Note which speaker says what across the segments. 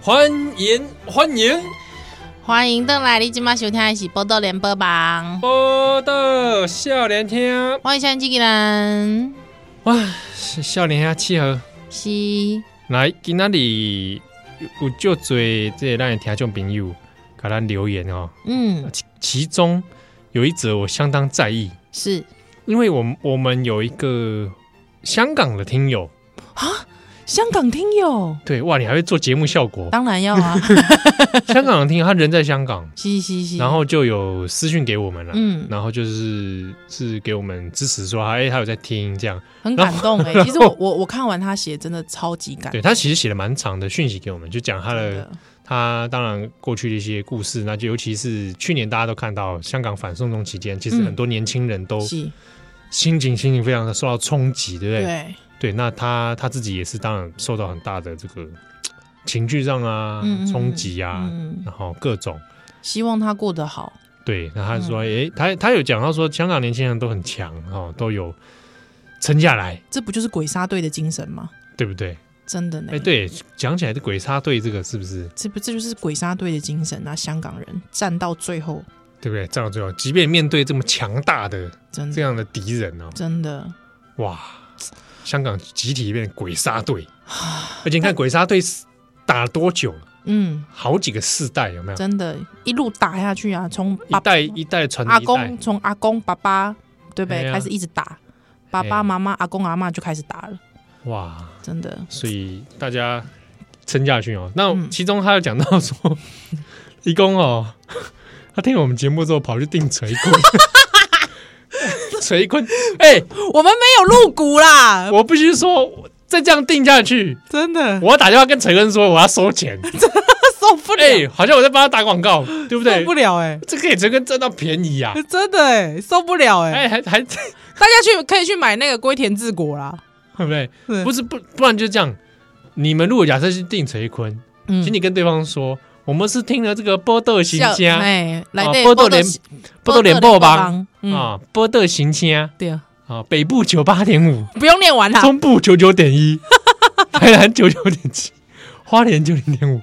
Speaker 1: 欢迎欢迎，
Speaker 2: 欢迎邓来，你今麦收听的是《波多连播榜》，
Speaker 1: 我的笑脸听，
Speaker 2: 欢迎收听机器人，
Speaker 1: 哇，是笑脸听契合。
Speaker 2: 是
Speaker 1: 来，今仔日有就多这个咱的听众朋友给咱留言哦，
Speaker 2: 嗯
Speaker 1: 其其中有一则我相当在意，
Speaker 2: 是
Speaker 1: 因为我们我们有一个香港的听友，
Speaker 2: 香港听友，，
Speaker 1: 对哇，你还会做节目效果
Speaker 2: 当然要啊，
Speaker 1: 香港的听友他人在香港，
Speaker 2: 是是是，
Speaker 1: 然后就有私讯给我们了。
Speaker 2: 嗯，
Speaker 1: 然后就是是给我们支持说，哎，他有在听这样，
Speaker 2: 很感动哎、其实我我我看完他写，真的超级感
Speaker 1: 对
Speaker 2: 动，
Speaker 1: 他其实写了蛮长的讯息给我们，就讲他
Speaker 2: 真
Speaker 1: 的
Speaker 2: 的
Speaker 1: 他当然过去的一些故事，那就尤其是去年大家都看到香港反送中期间，其实
Speaker 2: 嗯
Speaker 1: 很多年轻人都
Speaker 2: 是，
Speaker 1: 心情心情非常的受到冲击，对不对？
Speaker 2: 对，
Speaker 1: 对，那他他自己也是当然受到很大的这个情绪上啊
Speaker 2: 嗯嗯嗯
Speaker 1: 冲击啊，
Speaker 2: 嗯，
Speaker 1: 然后各种
Speaker 2: 希望他过得好，
Speaker 1: 对，那他
Speaker 2: 嗯
Speaker 1: 说，诶，他他有讲到说香港年轻人都很强哦，都有撑下来，
Speaker 2: 这不就是鬼杀队的精神吗？
Speaker 1: 对不对？
Speaker 2: 真的呢，
Speaker 1: 哎，对，讲起来这鬼杀队这个是不是
Speaker 2: 这不这就是鬼杀队的精神啊！香港人战到最后，
Speaker 1: 对不对？这样最后，即便面对这么强大的
Speaker 2: 真
Speaker 1: 这
Speaker 2: 的
Speaker 1: 样的敌人哦，
Speaker 2: 真的
Speaker 1: 哇，香港集体变成鬼杀队，
Speaker 2: 啊
Speaker 1: 而且你看鬼杀队是打了多久了？
Speaker 2: 嗯，
Speaker 1: 好几个世代有没有？
Speaker 2: 真的，一路打下去啊，从
Speaker 1: 一
Speaker 2: 爸
Speaker 1: 代啊一代传
Speaker 2: 阿
Speaker 1: 一代
Speaker 2: 公，从阿公爸爸对不
Speaker 1: 哎
Speaker 2: 对？
Speaker 1: 呀
Speaker 2: 开始一直打，爸
Speaker 1: 哎
Speaker 2: 爸妈妈、阿公阿妈就开始打了，
Speaker 1: 哇！
Speaker 2: 真的
Speaker 1: 所以大家撑下去哦。那
Speaker 2: 嗯
Speaker 1: 其中他有讲到说， 义工哦，他听我们节目之后跑去订锤 棍，锤棍，哎、
Speaker 2: 我们没有入股啦，
Speaker 1: 我必须说，我再这样订下去，
Speaker 2: 真的
Speaker 1: 我要打电话跟锤根说我要收钱。
Speaker 2: 受不
Speaker 1: 哎、
Speaker 2: 了，
Speaker 1: 好像我在帮他打广 告，对不对
Speaker 2: 受？不了哎。
Speaker 1: 这给锤根占到便宜呀、啊！
Speaker 2: 真的哎，受不了 哎！
Speaker 1: 哎、还还
Speaker 2: 大家去可以去买那个龟田治国啦，
Speaker 1: 对不对？
Speaker 2: 是
Speaker 1: 不是不不然就这样。你们如果假设是订锤坤，
Speaker 2: 嗯
Speaker 1: 请你跟对方说，我们是听了这个波豆行
Speaker 2: 像
Speaker 1: 家
Speaker 2: 哎，来
Speaker 1: 啊
Speaker 2: 对
Speaker 1: 波多连波豆联播吧
Speaker 2: 邦，嗯，
Speaker 1: 啊，波豆行家
Speaker 2: 对啊，
Speaker 1: 啊，北部九八点 五，
Speaker 2: 不用念完啦，
Speaker 1: 中部九九点一， 台南九九点七，花莲九零点五，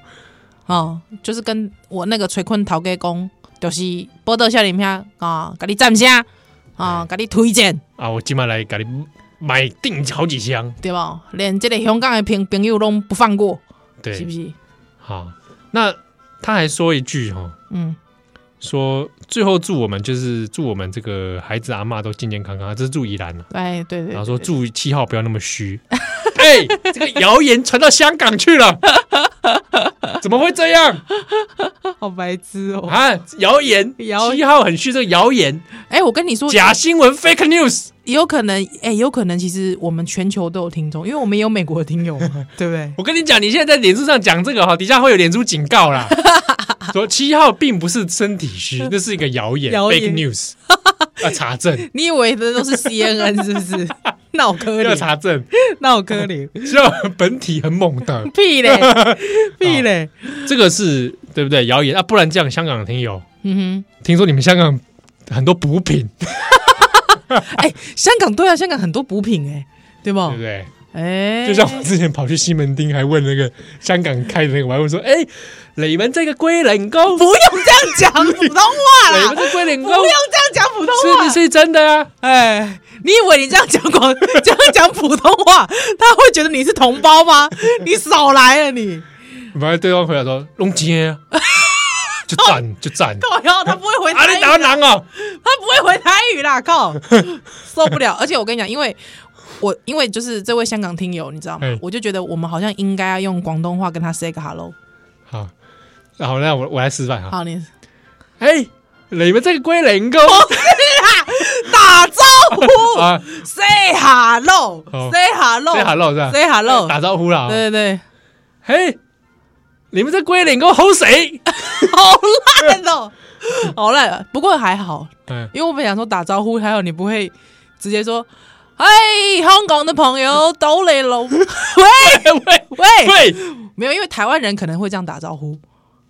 Speaker 2: 哦，就是跟我那个垂坤头家讲，就是报道少年片啊，给你赞下
Speaker 1: 哎
Speaker 2: 啊，给你推荐，
Speaker 1: 啊，我今晚来给你买订好几箱，
Speaker 2: 对吧？连这个香港的朋朋友都不放过，
Speaker 1: 对，
Speaker 2: 是不是？
Speaker 1: 好，那他还说一句哈、哦，
Speaker 2: 嗯，
Speaker 1: 说最后祝我们就是祝我们这个孩子阿嬷都健健康啊康，这是祝宜兰了、
Speaker 2: 哎，对对对，
Speaker 1: 然后说祝七号不要那么虚。 哎、这个谣言传到香港去了， 怎么会这样
Speaker 2: 好白痴哦！
Speaker 1: 啊？谣言，
Speaker 2: 谣
Speaker 1: 七号很虚，这个谣言，
Speaker 2: 哎，我跟你说，
Speaker 1: 假新闻，fake news。
Speaker 2: 也有可能，哎，有可能其实我们全球都有听众，因为我们也有美国的听友 嘛，对不对？
Speaker 1: 我跟你讲，你现在在脸书上讲这个哈，底下会有脸书警告 啦，说七号并不是身体虚，那是一个谣言
Speaker 2: 谣言
Speaker 1: ，fake news，要查证，
Speaker 2: 你以为的都是 CNN 是不 是？闹科
Speaker 1: 要
Speaker 2: 怜，
Speaker 1: 查证，
Speaker 2: 闹 科怜，
Speaker 1: 希望本体很猛的，
Speaker 2: 屁 嘞，屁嘞，
Speaker 1: 这个是对不对？谣言啊，不然这样，香港的听友，
Speaker 2: 嗯哼。
Speaker 1: 听说你们香港很多补品，
Speaker 2: 哎、香港对啊，香港很多补品哎、
Speaker 1: 对
Speaker 2: 对不
Speaker 1: 不？对？
Speaker 2: 哎、
Speaker 1: 就像我之前跑去西门町，还问那个香港开的那个，我还问说，哎，你们这个龟苓膏，
Speaker 2: 不用这样讲普通话
Speaker 1: 你们
Speaker 2: 啦，
Speaker 1: 这龟苓
Speaker 2: 不
Speaker 1: 膏
Speaker 2: 用这样讲普通
Speaker 1: 是
Speaker 2: 话。
Speaker 1: 不是真的啊？
Speaker 2: 哎、你以为你这样讲广， 这样讲普通话，他会觉得你是同胞吗？你少来了你，
Speaker 1: 反正对方回答说，弄街啊， 就赞就 赞。
Speaker 2: 靠腰，他不会回
Speaker 1: 啊，
Speaker 2: 台
Speaker 1: 你
Speaker 2: 语
Speaker 1: 打
Speaker 2: 啦，
Speaker 1: 人哦！
Speaker 2: 他不会回台语啦，靠，受不了。而且我跟你讲，因为。我因为就是这位香港听友，你知道吗
Speaker 1: 哎？
Speaker 2: 我就觉得我们好像应该要用广东话跟他 say 个 hello。
Speaker 1: 好，好，那我我来示范哈。
Speaker 2: 哎好，你
Speaker 1: 哎，你们这个龟苓膏
Speaker 2: 打招 呼。
Speaker 1: 啊，
Speaker 2: Say hello,
Speaker 1: 好
Speaker 2: say hello,
Speaker 1: 这 hello 是吧？
Speaker 2: say hello
Speaker 1: 打招呼啦。
Speaker 2: 对对
Speaker 1: 嘿，你们这龟苓膏齁谁？
Speaker 2: 对，好烂哦，好烂啊。不过还好，
Speaker 1: 嗯，
Speaker 2: 因为我本想说打招呼，还有你不会直接说，嗨，香港的朋友都来了， 喂
Speaker 1: 喂喂
Speaker 2: 喂，
Speaker 1: 喂
Speaker 2: 没有，因为台湾人可能会这样打招呼，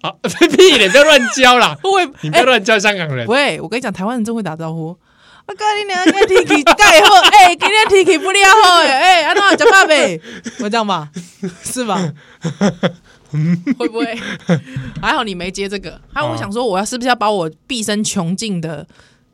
Speaker 1: 啊，屁咧，不要乱教 啦！
Speaker 2: 会
Speaker 1: 你不
Speaker 2: 哎
Speaker 1: 要乱教香港人。
Speaker 2: 喂，我跟你讲，台湾人真会打招呼。我跟你娘，今天天气盖好， 哎、今天天 气不了好，哎、安怎吃饭呗？会这样吧？是吧？会不会？还好你没接这个。还有，我想说，我要是不是要把我毕生穷尽的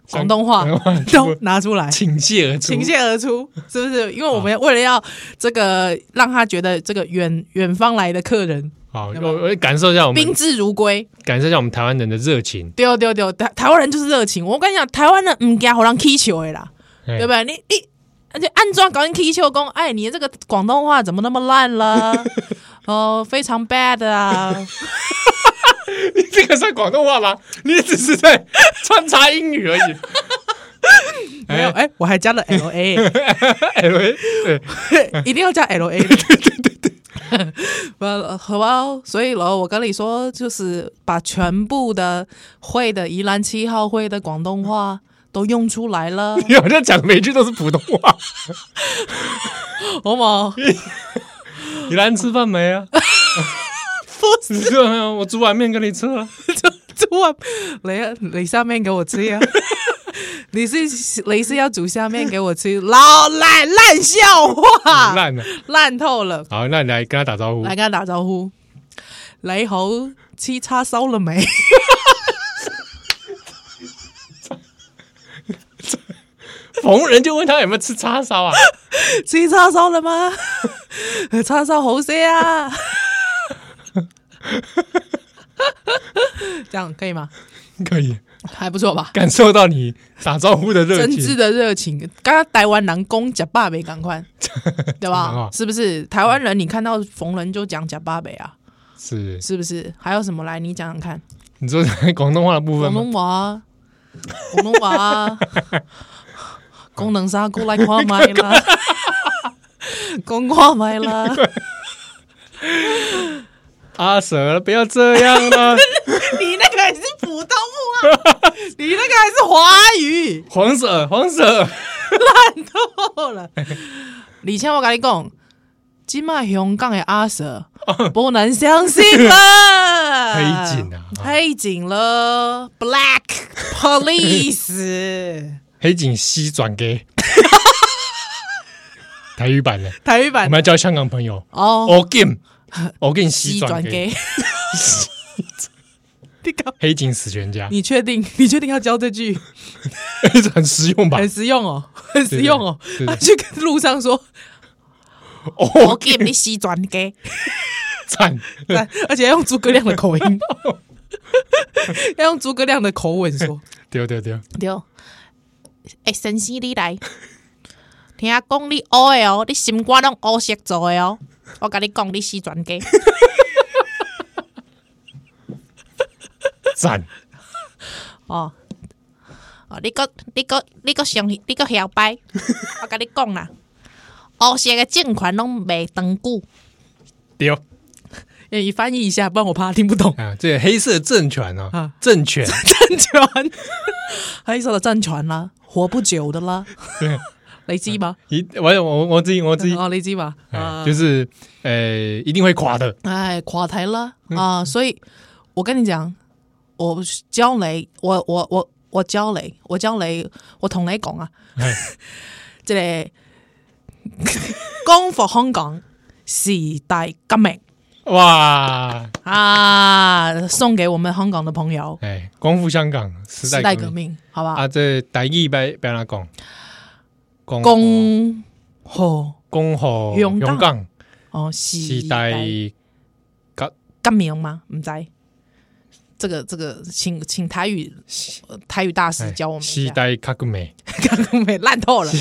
Speaker 2: 广东 话
Speaker 1: 广东话
Speaker 2: 都拿出来，
Speaker 1: 倾泻而出，
Speaker 2: 倾泻而出，是 不是？因
Speaker 1: 哦
Speaker 2: 为我们为了要这个让他觉得这个远远方来的客人
Speaker 1: 好，
Speaker 2: 有没有
Speaker 1: 我我感受一下我们
Speaker 2: 宾至如归，
Speaker 1: 感受一下我们台湾人的热情，
Speaker 2: 对对对，台台湾人就是热情。我跟你讲，台湾人唔惊好人踢球的啦，
Speaker 1: 对
Speaker 2: 对不？对？你你而且安装搞人踢球工，哎，你这个广东话怎么那么烂 了？哦，非常 bad 啊！
Speaker 1: 你 这个算广东话吗？你只是 在穿插英语而已。
Speaker 2: 没有，
Speaker 1: 哎
Speaker 2: 哎、我还加了 L A，
Speaker 1: 哎喂，对，
Speaker 2: 一定要加 L A。对对对对，呃，好吧，所以喽，我跟你说，就是把全部的会的宜兰七号会的广东话都用出来了，
Speaker 1: 你好像讲每句都是普通话。
Speaker 2: 好 吗？
Speaker 1: 你来吃饭没 啊？
Speaker 2: 不
Speaker 1: 你吃完没有？啊我煮碗面给你吃 啊。
Speaker 2: 煮啊，你啊，你下面给我吃呀、 你是你是要煮下面给我吃？老烂烂笑 话，
Speaker 1: 烂了。
Speaker 2: 烂透了。
Speaker 1: 好，那你啊来跟他打招呼
Speaker 2: 来。跟他打招呼，你好，吃叉烧了没？
Speaker 1: 逢人就问他有没有吃叉烧啊？
Speaker 2: 吃叉烧了吗？ 叉烧好些啊！ 这样可以吗？
Speaker 1: 可以
Speaker 2: 还不错吧？
Speaker 1: 感受到你打招呼的热
Speaker 2: 真挚
Speaker 1: 情。
Speaker 2: 的热情，刚刚台湾人讲假爸北，赶 快，对
Speaker 1: 真的
Speaker 2: 吧
Speaker 1: 哦？
Speaker 2: 是不是台湾人？你看到逢人就讲假爸北啊，
Speaker 1: 是，
Speaker 2: 是不是？还有什么来？你讲讲看，
Speaker 1: 你说广东话的部分
Speaker 2: 广
Speaker 1: 吗？
Speaker 2: 东话啊，广东话 啊，功能啥过来看麦 啦，讲看麦啦。
Speaker 1: 阿蛇，不要这样 啦！
Speaker 2: 你那个还是普通话，你那个还是华语，
Speaker 1: 黄蛇，黄蛇，
Speaker 2: 够了。而且我跟你讲，今麦香港的阿 Sir 不能相信了，
Speaker 1: 哦 黑警啊
Speaker 2: 黑警了，Black Police，
Speaker 1: 黑警西转给 台语版的，
Speaker 2: 台语
Speaker 1: 我
Speaker 2: 版
Speaker 1: 们要教香港朋友。
Speaker 2: 哦，
Speaker 1: 我 给，我给你西
Speaker 2: 西
Speaker 1: 转
Speaker 2: 转
Speaker 1: 给
Speaker 2: 给。你搞，
Speaker 1: 黑警死全家，
Speaker 2: 你确定？你确定要教这句？
Speaker 1: 很实用吧
Speaker 2: 很？实用哦，很实用哦
Speaker 1: 对对。对
Speaker 2: 他去跟路 上说，我
Speaker 1: 哦，
Speaker 2: 给 你西转给。
Speaker 1: 赞！
Speaker 2: 对，而且要用诸葛亮的口 音，要用诸葛亮的口吻说。
Speaker 1: 对对对，
Speaker 2: 对，哎，神仙你来，听讲你乌的哦，你心肝拢乌色做的哦，我跟你讲，你死全家。
Speaker 1: 赞！
Speaker 2: 哦，哦，你个你个你个上你个摇摆， 我跟你讲啦，乌色的政权拢袂长久。
Speaker 1: 对
Speaker 2: 哎，你翻译一下，不然我怕他听不懂。
Speaker 1: 啊，这个黑色政权啊
Speaker 2: 啊，
Speaker 1: 政权，
Speaker 2: 政权，黑色的政权啦，活不久的啦，
Speaker 1: 对，
Speaker 2: 雷击吧，
Speaker 1: 一我我我自己我自己，
Speaker 2: 哦，雷击吧，啊
Speaker 1: 哎，就是呃，一定会垮的。
Speaker 2: 哎，垮台了
Speaker 1: 嗯
Speaker 2: 啊、所以我跟你讲，我教你，我我我我教你，我教你，我同你讲啊，
Speaker 1: 哎
Speaker 2: 即个光复香港 时代革命
Speaker 1: 哇，
Speaker 2: 啊，送给我们香港的朋友，
Speaker 1: 哎，光复香港时
Speaker 2: 时
Speaker 1: 代
Speaker 2: 代革
Speaker 1: 革命
Speaker 2: 命，好吧？
Speaker 1: 啊，这台语白白哪讲？讲
Speaker 2: 恭贺
Speaker 1: 恭贺
Speaker 2: 香港
Speaker 1: 香港
Speaker 2: 哦，时
Speaker 1: 时代
Speaker 2: 代革命吗？唔知。这个这个，请请台语呃台语大师
Speaker 1: 哎
Speaker 2: 教我们一
Speaker 1: 时
Speaker 2: 下，
Speaker 1: 代革命，
Speaker 2: 刚刚没烂透了，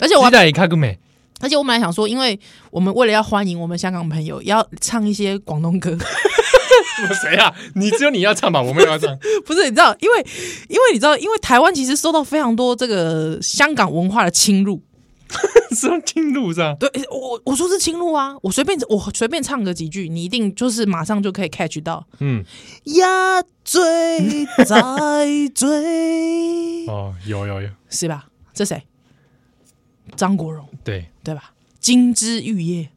Speaker 2: 而且我还
Speaker 1: 时代革命，
Speaker 2: 而且我本来想说，因为我们为了要欢迎我们香港朋友，要唱一些广东歌，
Speaker 1: 我谁啊？你只有你要唱吧，我没有要 唱。
Speaker 2: 不是你知道，因为因为你知道，因为台湾其实受到非常多这个香港文化的侵入。
Speaker 1: 是要听路上
Speaker 2: 对，我我说是侵入啊，我随便我随便唱个几句，你一定就是马上就可以 catch 到。
Speaker 1: 嗯，
Speaker 2: 呀醉再醉，
Speaker 1: 哦，有有有，
Speaker 2: 是吧？这谁？张国荣
Speaker 1: 对，
Speaker 2: 对吧？金枝玉叶，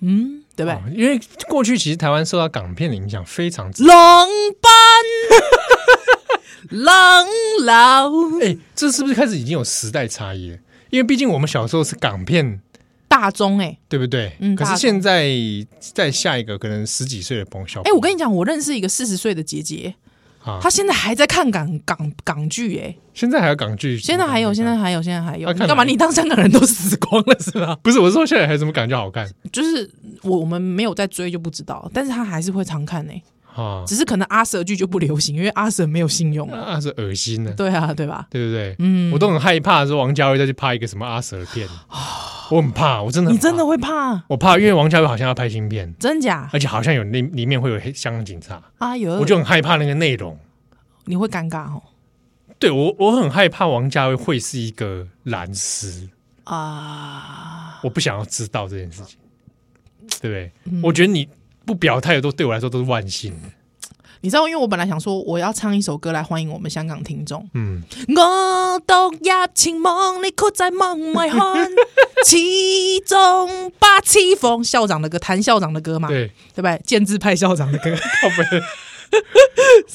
Speaker 2: 嗯，对不对
Speaker 1: 哦？因为过去其实台湾受到港片的影响非常之，
Speaker 2: 浪奔，浪流嗯
Speaker 1: 哎、这是不是开始已经有时代差异了？因为毕竟我们小时候是港片
Speaker 2: 大宗哎、
Speaker 1: 对不对？
Speaker 2: 嗯
Speaker 1: 可
Speaker 2: 大
Speaker 1: 是
Speaker 2: 概
Speaker 1: 现在在下一个可能十几岁的朋小
Speaker 2: 哎、我跟
Speaker 1: 你
Speaker 2: 你讲，我认识一个四十岁的姐姐，
Speaker 1: 啊，
Speaker 2: 她现在还在看港港港剧哎、
Speaker 1: 现在还有港剧，
Speaker 2: 现在还有，现在还有，现在还有，
Speaker 1: 她
Speaker 2: 你
Speaker 1: 看
Speaker 2: 干嘛？
Speaker 1: 哪
Speaker 2: 你当香港人都死光了是吧？
Speaker 1: 不是我是说现在还有什么港剧好看
Speaker 2: 就是我我们没有在追就不知道，但是她还是会常看哎、
Speaker 1: 啊？
Speaker 2: 只是可能阿 Sir 剧就不流行，因为阿 Sir 没有信用了。
Speaker 1: 那是恶心呢，
Speaker 2: 对啊，对吧？
Speaker 1: 对不对？
Speaker 2: 嗯
Speaker 1: 我都很害怕说王家卫再去拍一个什么阿蛇的片，我很怕，我真的很
Speaker 2: 啊你
Speaker 1: 怕
Speaker 2: 真的会怕？
Speaker 1: 我怕，因为王家卫好像要拍新片，
Speaker 2: 真假？
Speaker 1: 而且好像有那里面会有黑香港警察，
Speaker 2: 哎呦，
Speaker 1: 哎我就很害怕那个内容。
Speaker 2: 你会尴尬哦
Speaker 1: 对我，我很害怕王家卫会是一个蓝丝，
Speaker 2: 啊！
Speaker 1: 我不想要知道这件事情，对不
Speaker 2: 嗯
Speaker 1: 对？我觉得你不表态都对我来说都是万幸。
Speaker 2: 你知道，因为我本来想说我要唱一首歌来欢迎我们香港听众，
Speaker 1: 嗯，
Speaker 2: 我獨入前望，你卻在望外 看，始終不似逢。校长的歌，谭校长的歌嘛，
Speaker 1: 对，
Speaker 2: 对不对？建制派校长的 歌，
Speaker 1: 靠背。哦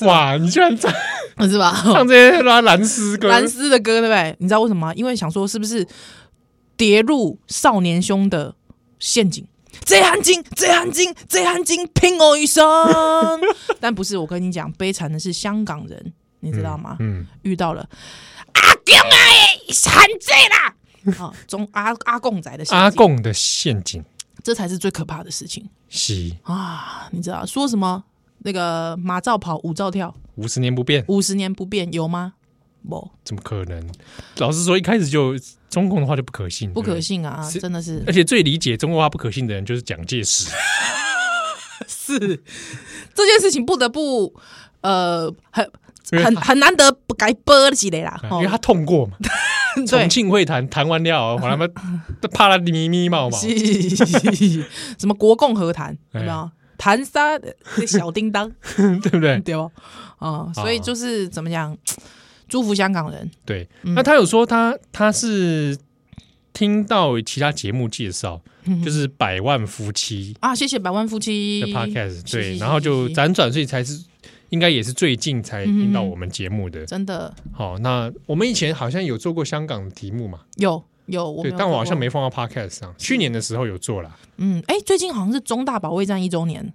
Speaker 1: 哇，你居然唱
Speaker 2: 哦是吧？
Speaker 1: 唱这些拉蓝丝歌，
Speaker 2: 蓝斯的歌，对不对？你知道为什么吗？因为想说是不是跌入少年兄的陷阱？这汉奸，这汉奸，这汉奸，拼我 一生！但不是，我跟你讲，悲惨的是香港人，你知道吗？
Speaker 1: 嗯，
Speaker 2: 遇到了阿公啊，汉奸 啦！啊，中阿阿贡仔的陷阱
Speaker 1: 阿贡的陷阱
Speaker 2: 这才是最可怕的事情
Speaker 1: 是
Speaker 2: 啊！你知道说什么？那个马照跑，舞照跳，
Speaker 1: 五十年不变，
Speaker 2: 五十年不变，有吗？不，
Speaker 1: 怎么可能？老实说，一开始就中共的话就不可信，
Speaker 2: 不
Speaker 1: 对
Speaker 2: 可
Speaker 1: 对。
Speaker 2: 信啊！
Speaker 1: 嗯是
Speaker 2: 真的是
Speaker 1: 而且最理解中国话不可信的人就是蒋介石，
Speaker 2: 是这件事情不得不呃很
Speaker 1: 因为
Speaker 2: 很
Speaker 1: 他哎
Speaker 2: 很难得不该播起来啦，
Speaker 1: 因为他痛过嘛，
Speaker 2: 哦
Speaker 1: 重
Speaker 2: 对。
Speaker 1: 庆会谈谈完 了，我他妈怕他咪咪冒嘛，
Speaker 2: 是 什么国共和谈有没有
Speaker 1: 哎？
Speaker 2: 谈沙那小叮当
Speaker 1: 对不对？
Speaker 2: 对吧？啊，所以就是怎么讲，祝福香港人
Speaker 1: 对，那他有说他他是听到其他节目介绍，
Speaker 2: 嗯
Speaker 1: 就是《百万夫妻
Speaker 2: 啊！谢谢百万夫》妻
Speaker 1: 的 podcast，
Speaker 2: 是是
Speaker 1: 对，
Speaker 2: 是嗯
Speaker 1: 然后就是辗转，所以才是应该也是最近才听到我们节目的。
Speaker 2: 真的
Speaker 1: 好，那我们以前好像有做过香港的题目嘛，
Speaker 2: 有有，我
Speaker 1: 对，
Speaker 2: 没有
Speaker 1: 但我
Speaker 2: 做
Speaker 1: 好像
Speaker 2: 过
Speaker 1: 没放到 podcast 上。去年的时候有做啦，
Speaker 2: 嗯，哎，最近好像是中大保卫战一周年，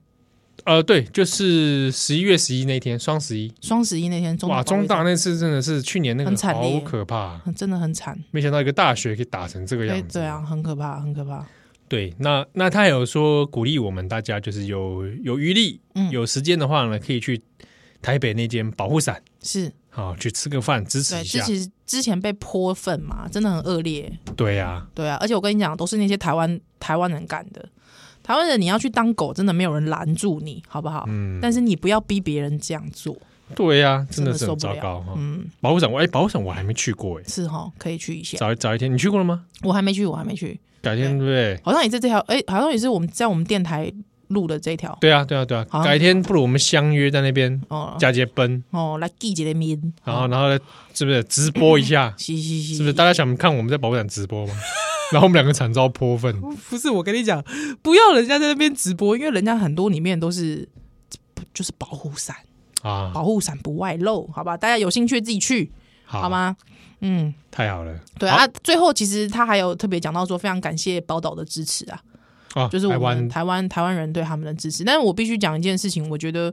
Speaker 1: 呃，对，就是十一月十一那天，双十一，
Speaker 2: 双十一那天中
Speaker 1: 哇，
Speaker 2: 保卫
Speaker 1: 中
Speaker 2: 战
Speaker 1: 大那次真的是去年那个
Speaker 2: 很惨
Speaker 1: 好
Speaker 2: 烈
Speaker 1: 可怕，
Speaker 2: 嗯真的很惨，
Speaker 1: 没想到一个大学可以打成这个
Speaker 2: 对
Speaker 1: 样子。
Speaker 2: 对啊，很可怕，很可怕。
Speaker 1: 对，那那他有说鼓励我们大家，就是有有余力、
Speaker 2: 嗯
Speaker 1: 有时间的话呢，可以去台北那间保护伞，
Speaker 2: 是
Speaker 1: 好去吃个饭，支持
Speaker 2: 对，
Speaker 1: 一
Speaker 2: 之
Speaker 1: 下。
Speaker 2: 前之前被泼粪嘛，真的很恶劣。
Speaker 1: 对呀、
Speaker 2: 对啊，而且我跟你讲，都是那些台湾台湾人干的。台湾人你要去当狗，真的没有人拦住你，好不好？
Speaker 1: 嗯
Speaker 2: 但是你不要逼别人这样做。
Speaker 1: 对呀、真
Speaker 2: 真
Speaker 1: 的
Speaker 2: 的
Speaker 1: 是
Speaker 2: 受
Speaker 1: 很
Speaker 2: 不
Speaker 1: 糟
Speaker 2: 了
Speaker 1: 糕哈、
Speaker 2: 嗯，
Speaker 1: 保护伞，我哎，保护伞我还没去过哎，
Speaker 2: 是哈，可以去一下。
Speaker 1: 早一早一天你去过了吗？
Speaker 2: 我还没去，我还没去，
Speaker 1: 改天对不对？
Speaker 2: 好像也是这条，哎、好像也是我们在我们电台录的这条。
Speaker 1: 对啊，对啊，对啊！
Speaker 2: 好
Speaker 1: 改天不如我们相约在那边
Speaker 2: 哦
Speaker 1: 佳节奔，
Speaker 2: 哦，来记一个面，？
Speaker 1: 然后然后呢，是不是直播一下
Speaker 2: 嘻嘻嘻，
Speaker 1: 是不是大家想看我们在保护伞直 播吗？然后我们两个惨遭泼粪，
Speaker 2: 不是，我跟你讲，不要人家在那边直播，因为人家很多里面都是就是保护伞，
Speaker 1: 啊！
Speaker 2: 保护伞不外露，好吧？大家有兴趣自己去，
Speaker 1: 好
Speaker 2: 好？吗？嗯，
Speaker 1: 太好了，
Speaker 2: 对
Speaker 1: 好
Speaker 2: 啊。最后其实他还有特别讲到说，非常感谢宝岛的支持啊，
Speaker 1: 啊！
Speaker 2: 就是
Speaker 1: 台
Speaker 2: 我
Speaker 1: 湾
Speaker 2: 们台湾台湾人对他们的支持。但是我必须讲一件事情，我觉得，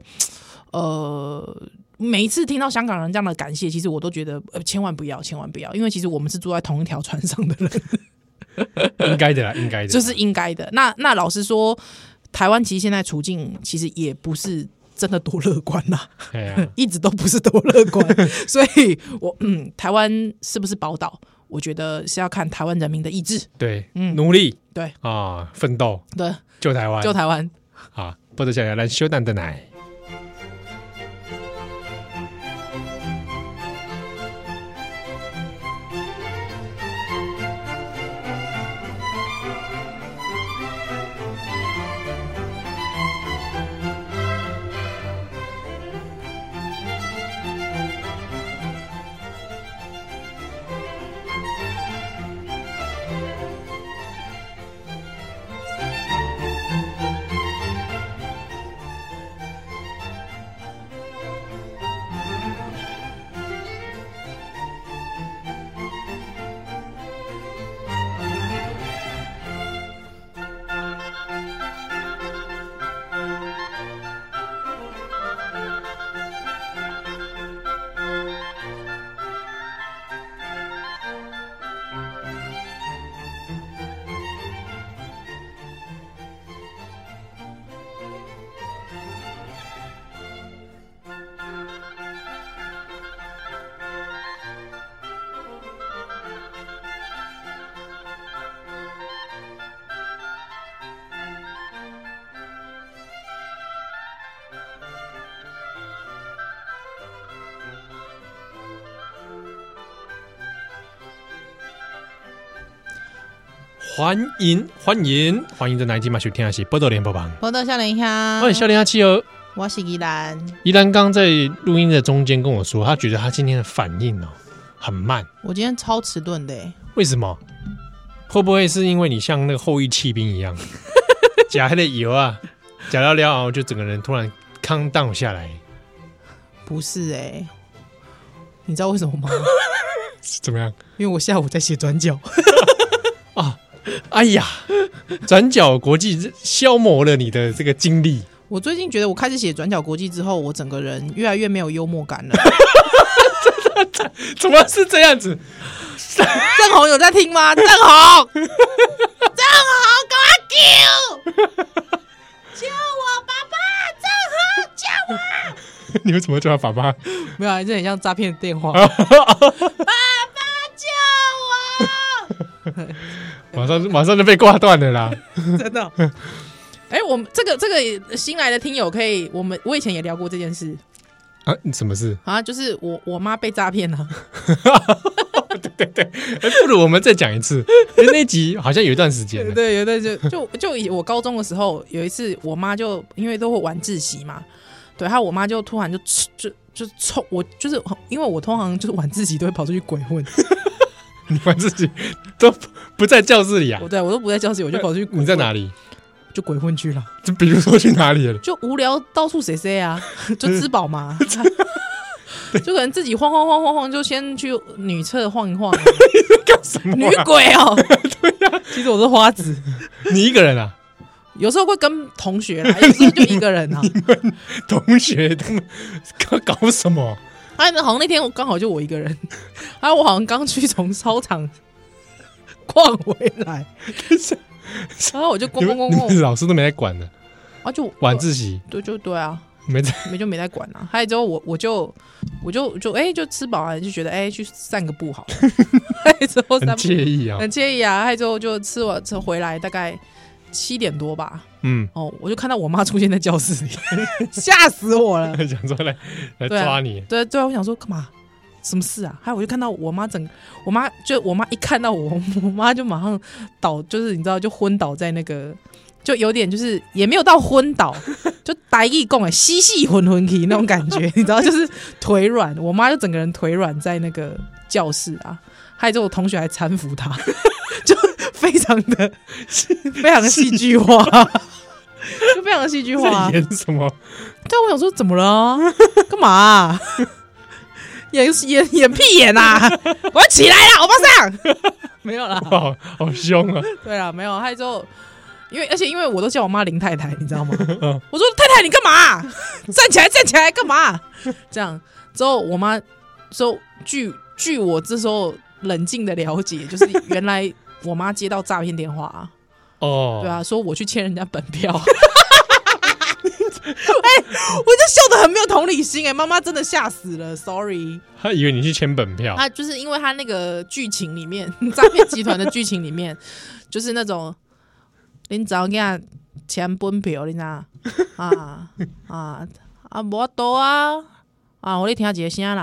Speaker 2: 呃。每一次听到香港人这样的感谢，其实我都觉得呃，千万不要，千万不要，因为其实我们是住在同一条船上的人，
Speaker 1: 啊应该 的啦，应该的，
Speaker 2: 这是应该的。那那老实说，台湾其实现在处境其实也不是真的多乐观啦、
Speaker 1: 哎呀，
Speaker 2: 一直都不是多乐观。 所以我嗯，台湾是不是宝岛？我觉得是要看台湾人民的意志。
Speaker 1: 对，努力
Speaker 2: 嗯对
Speaker 1: 啊，奋斗
Speaker 2: 对，
Speaker 1: 救台湾，
Speaker 2: 就台湾。
Speaker 1: 啊！不得想要来修蛋的奶。欢迎欢迎嗯欢迎在南京嘛收听的是《波多连播榜》，
Speaker 2: 我到笑脸香，
Speaker 1: 欢迎笑脸阿七儿。
Speaker 2: 我是依 兰，
Speaker 1: 依兰刚在录音的中间跟我说，他觉得他今天的反应哦很慢，
Speaker 2: 我今天超迟钝的欸，
Speaker 1: 为什么？会不会是因为你像那个后羿弃兵 一样，假黑的油啊，假到撩，然后就整个人突然 calm down 下来，
Speaker 2: 不是哎，你知道为什么吗？
Speaker 1: 是怎么样？
Speaker 2: 因为我下午在写转角，
Speaker 1: 哎呀，转角国际消磨了你的这个精力，
Speaker 2: 我最近觉得我开始写转角国际之后，我整个人越来越没有幽默感了。
Speaker 1: 怎么是这样子？
Speaker 2: 郑红有在听吗？郑红，郑红， 给我救！救我，爸爸！郑红，救我！
Speaker 1: 你们怎么叫他爸爸？
Speaker 2: 没有啊，这很像诈骗电话。爸爸救
Speaker 1: 马上马上就被挂断了啦。
Speaker 2: 我！真的。哎、我们这个这个新来的听友可以，我们我以前也聊过这件事
Speaker 1: 啊，什么事？
Speaker 2: 啊，就是我我妈被诈骗了。
Speaker 1: 哎， 不如我们再讲一次，因为那集好像有一段时间
Speaker 2: 对
Speaker 1: 了。
Speaker 2: 对，有的就就就以我高中的时候，有一次我妈就因为都会晚自习嘛，对，她我妈就突然就就就冲我，就是因为我通常就是晚自习都会跑出去鬼混，
Speaker 1: 你们自己都不在教室里啊
Speaker 2: 我？对我都不在教室，我就跑出去鬼混。
Speaker 1: 你在哪里？
Speaker 2: 就鬼混去了，
Speaker 1: 就比如说去哪 里了？
Speaker 2: 就无聊到处谁谁啊，就吃 饱嘛， 就可能自己晃晃晃晃晃，就先去女厕晃一 晃，
Speaker 1: 干什
Speaker 2: 女
Speaker 1: 么、啊？
Speaker 2: 鬼哦、 其实我是花子，
Speaker 1: 你一个人啊？
Speaker 2: 有时候会跟同学啦，有时候就一个人啊。
Speaker 1: 同学他们搞搞什么？
Speaker 2: 哎，那好像那天我刚好就我一个人，还有我好像刚去从操场逛回来， 然后我就
Speaker 1: 你
Speaker 2: 逛
Speaker 1: 们
Speaker 2: 逛
Speaker 1: 你
Speaker 2: 逛
Speaker 1: 们
Speaker 2: 逛，
Speaker 1: 老师都没来管呢，
Speaker 2: 啊就
Speaker 1: 晚自习
Speaker 2: 对就对啊，
Speaker 1: 没 在
Speaker 2: 没就没在管啊。还有之后我我就我就就哎、就吃饱了就觉得哎、去散个步好了， 还有之后
Speaker 1: 很
Speaker 2: 散步
Speaker 1: 惬意啊。
Speaker 2: 很惬意啊，还有之后就吃完吃回来大概七点多吧，
Speaker 1: 嗯，
Speaker 2: 哦我就看到我妈出现在教室里， 吓死我了。
Speaker 1: 想说来来
Speaker 2: 对啊
Speaker 1: 抓你，
Speaker 2: 对对啊，我想说干嘛？什么事啊？还有我就看到我妈整，我妈就我妈一看到我，我妈就马上倒，就是你知道，就昏倒在那个，就有点就是也没有到昏倒，就呆一共哎，吸气混混气那种感觉，你知道，就是腿软，我妈就整个人腿软在那个教室啊，还有这种同学还搀扶她， 就非常的 非常的戏剧化， 就非常的戏剧 化、
Speaker 1: 在演什么？
Speaker 2: 但我想说，怎么了 啊？干嘛 啊、演演演屁演呐、啊！ 我要起来了，欧巴桑。 没有啦，
Speaker 1: 好好凶啊！
Speaker 2: 对啦，没有。还有之后，因为而且因为我都叫我妈林太太，你知道吗？我说太太，你干嘛啊、站起来，站起来，干嘛 啊、这样之后，我妈说，据据我这时候冷静的了解，就是原来我妈接到诈骗电话、啊。
Speaker 1: 哦，
Speaker 2: 对，啊，说我去欠人家本票。 哎、我就笑得很没有同理心哎、妈妈真的吓死了，sorry。
Speaker 1: 他以为你去签本票，
Speaker 2: 她就是因为她那个剧情里面， 诈骗集团的剧情里面，就是那种，你早给他钱本票，你知道啊 啊啊，无多啊啊，我咧听一个声啦，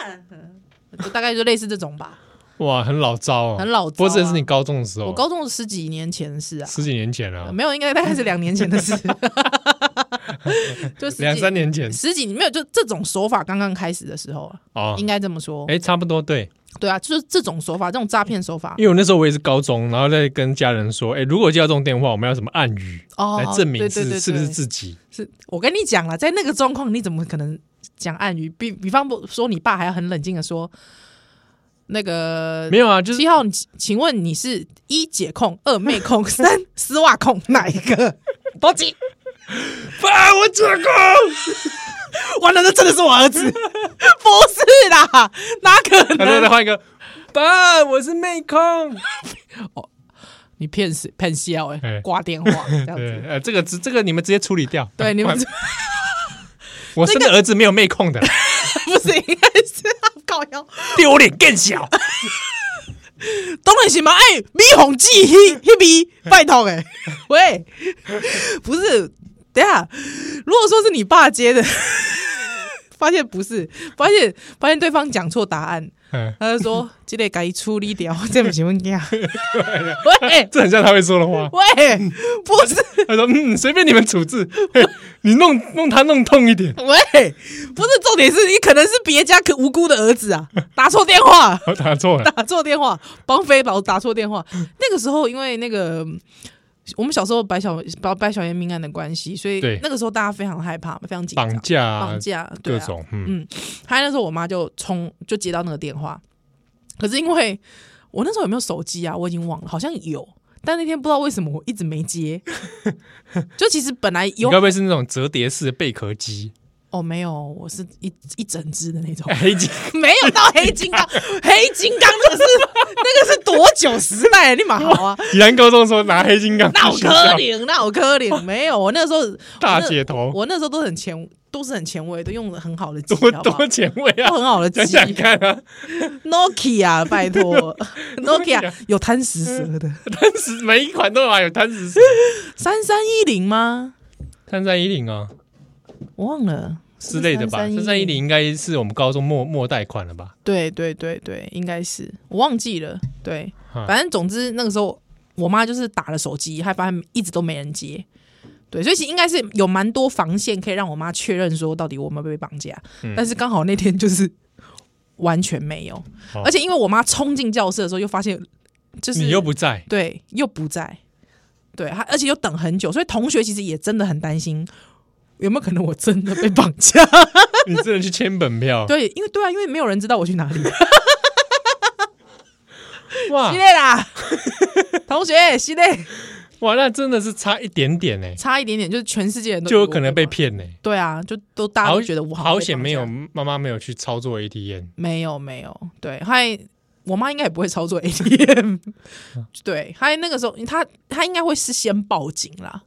Speaker 2: 妈妈 妈，就大概就类似这种吧，
Speaker 1: 哇，很老招哦，
Speaker 2: 很老
Speaker 1: 不过
Speaker 2: 招
Speaker 1: 这是
Speaker 2: 啊
Speaker 1: 你高中的时候，
Speaker 2: 我高中十几年前的事啊。
Speaker 1: 十几年前啊，
Speaker 2: 没有，应该大概是两年前 的事，就十几
Speaker 1: 两三年前
Speaker 2: 十几没有，就这种手法刚刚开始的时候啊，
Speaker 1: 哦，
Speaker 2: 应该这么说。
Speaker 1: 哎，差不多对，
Speaker 2: 对啊，就是这种手法，这种诈骗手法
Speaker 1: 因为我那时候我也是高中，然后在跟家人说，哎，如果接到这种电话，我们要什么暗语
Speaker 2: 哦
Speaker 1: 来，证明
Speaker 2: 对对对
Speaker 1: 是
Speaker 2: 对
Speaker 1: 是不是自己？
Speaker 2: 是我跟你讲了，在那个状况，你怎么可能讲暗语？比比方说，你爸还要很冷静的说，那个
Speaker 1: 没有啊，就是
Speaker 2: 七号，你请问你是一姐控、二妹控、三丝袜控哪一个？ 多吉，
Speaker 1: 爸，我做 过，
Speaker 2: 完了，那真的是我儿子，不是啦，哪可
Speaker 1: 来来
Speaker 2: 能
Speaker 1: 来？换一个，爸，我是妹控，
Speaker 2: 你骗死骗笑哎、
Speaker 1: 哎
Speaker 2: 挂电话这样
Speaker 1: 对，
Speaker 2: 子。
Speaker 1: 呃，这个直这个你们直接处理掉，
Speaker 2: 对，你们
Speaker 1: 我生的儿子没有妹控的，
Speaker 2: 不是应该是搞笑？
Speaker 1: 丢脸更 小。
Speaker 2: 当然是嘛，哎、米红记迄迄笔，拜托哎、喂，不是，等一下，如果说是你爸接的， 发现不是，发现发现对方讲错答案，
Speaker 1: 嗯，
Speaker 2: 他就说这个该处理掉，这不行问呀。喂
Speaker 1: 这很像他会说的话。
Speaker 2: 喂，不是
Speaker 1: 他说：“嗯，随便你们处置，嘿你弄弄他弄痛一点。
Speaker 2: 喂，不是重点是你可能是别家可无辜的儿子啊，打错电话”，
Speaker 1: 我打错哦了，
Speaker 2: 打错电话，帮飞宝打错电话。那个时候因为那个。我们小时候白小白白小燕命案的关系，所以
Speaker 1: 对
Speaker 2: 那个时候大家非常害怕，非常紧张
Speaker 1: 绑，架啊
Speaker 2: 绑，架对
Speaker 1: 各
Speaker 2: 啊。
Speaker 1: 种，嗯，
Speaker 2: 嗯还有那时候我妈就冲就接到那个电话，可是因为我那时候有没有手机啊，我已经忘了，好像有，但那天不知道为什么我一直没 接。就其实本来
Speaker 1: 你
Speaker 2: 有
Speaker 1: 该不会是那种折叠式的贝壳机？
Speaker 2: 哦，没有，我是一一整只的那种，
Speaker 1: 黑金
Speaker 2: 没有到黑金刚，黑金刚那是那个是多久时代？你马好啊，
Speaker 1: 宜兰高中的时候拿黑金刚去
Speaker 2: 那我
Speaker 1: 学校，
Speaker 2: 柯林，那我柯林，没有，我那时候
Speaker 1: 大
Speaker 2: 我那
Speaker 1: 姐头，
Speaker 2: 我那时候都很前，都是很前卫，都用了很好的机，
Speaker 1: 多
Speaker 2: 好不好
Speaker 1: 多前卫
Speaker 2: 都
Speaker 1: 啊！
Speaker 2: 很好的
Speaker 1: 想
Speaker 2: 机。
Speaker 1: 想看啊，
Speaker 2: Nokia，拜 托
Speaker 1: Nokia
Speaker 2: ，Nokia 有贪食蛇的，
Speaker 1: 贪食每一款都有有贪食 蛇，
Speaker 2: 三三一零吗？
Speaker 1: 三三一零啊
Speaker 2: 我忘了
Speaker 1: 之类的吧。三三一零，应该是我们高中末末代款了吧？
Speaker 2: 是不是331对对对对，应该是我忘记了。对，
Speaker 1: 啊
Speaker 2: 反正总之那个时候，我妈就是打了手机，还发现一直都没人接。对，所以其实应该是有蛮多防线可以让我妈确认说到底我们被绑架，
Speaker 1: 嗯
Speaker 2: 但是刚好那天就是完全没有，
Speaker 1: 哦
Speaker 2: 而且因为我妈冲进教室的时候又发现，就是
Speaker 1: 你又不在，
Speaker 2: 对，又不在，对，他而且又等很久，所以同学其实也真的很担心，有没有可能我真的被 绑架？
Speaker 1: 你只能去签本票。
Speaker 2: 对，因为对啊，因为没有人知道我去哪里，
Speaker 1: 哇
Speaker 2: 系列啦，同学系列，
Speaker 1: 哇，那真的是差一点点呢，
Speaker 2: 差一点点，就是全世界人都
Speaker 1: 就有
Speaker 2: 以为
Speaker 1: 可能
Speaker 2: 我
Speaker 1: 被
Speaker 2: 绑。
Speaker 1: 骗呢。
Speaker 2: 对啊，就都大家
Speaker 1: 好
Speaker 2: 都觉得我
Speaker 1: 好
Speaker 2: 像被
Speaker 1: 险
Speaker 2: 绑
Speaker 1: 没有
Speaker 2: 架，
Speaker 1: 妈妈没有去操作 ATM，
Speaker 2: 没有，没有，对，还。我妈应该也不会操 作 ATM，对，还那个时候她她应该会是先报警啦，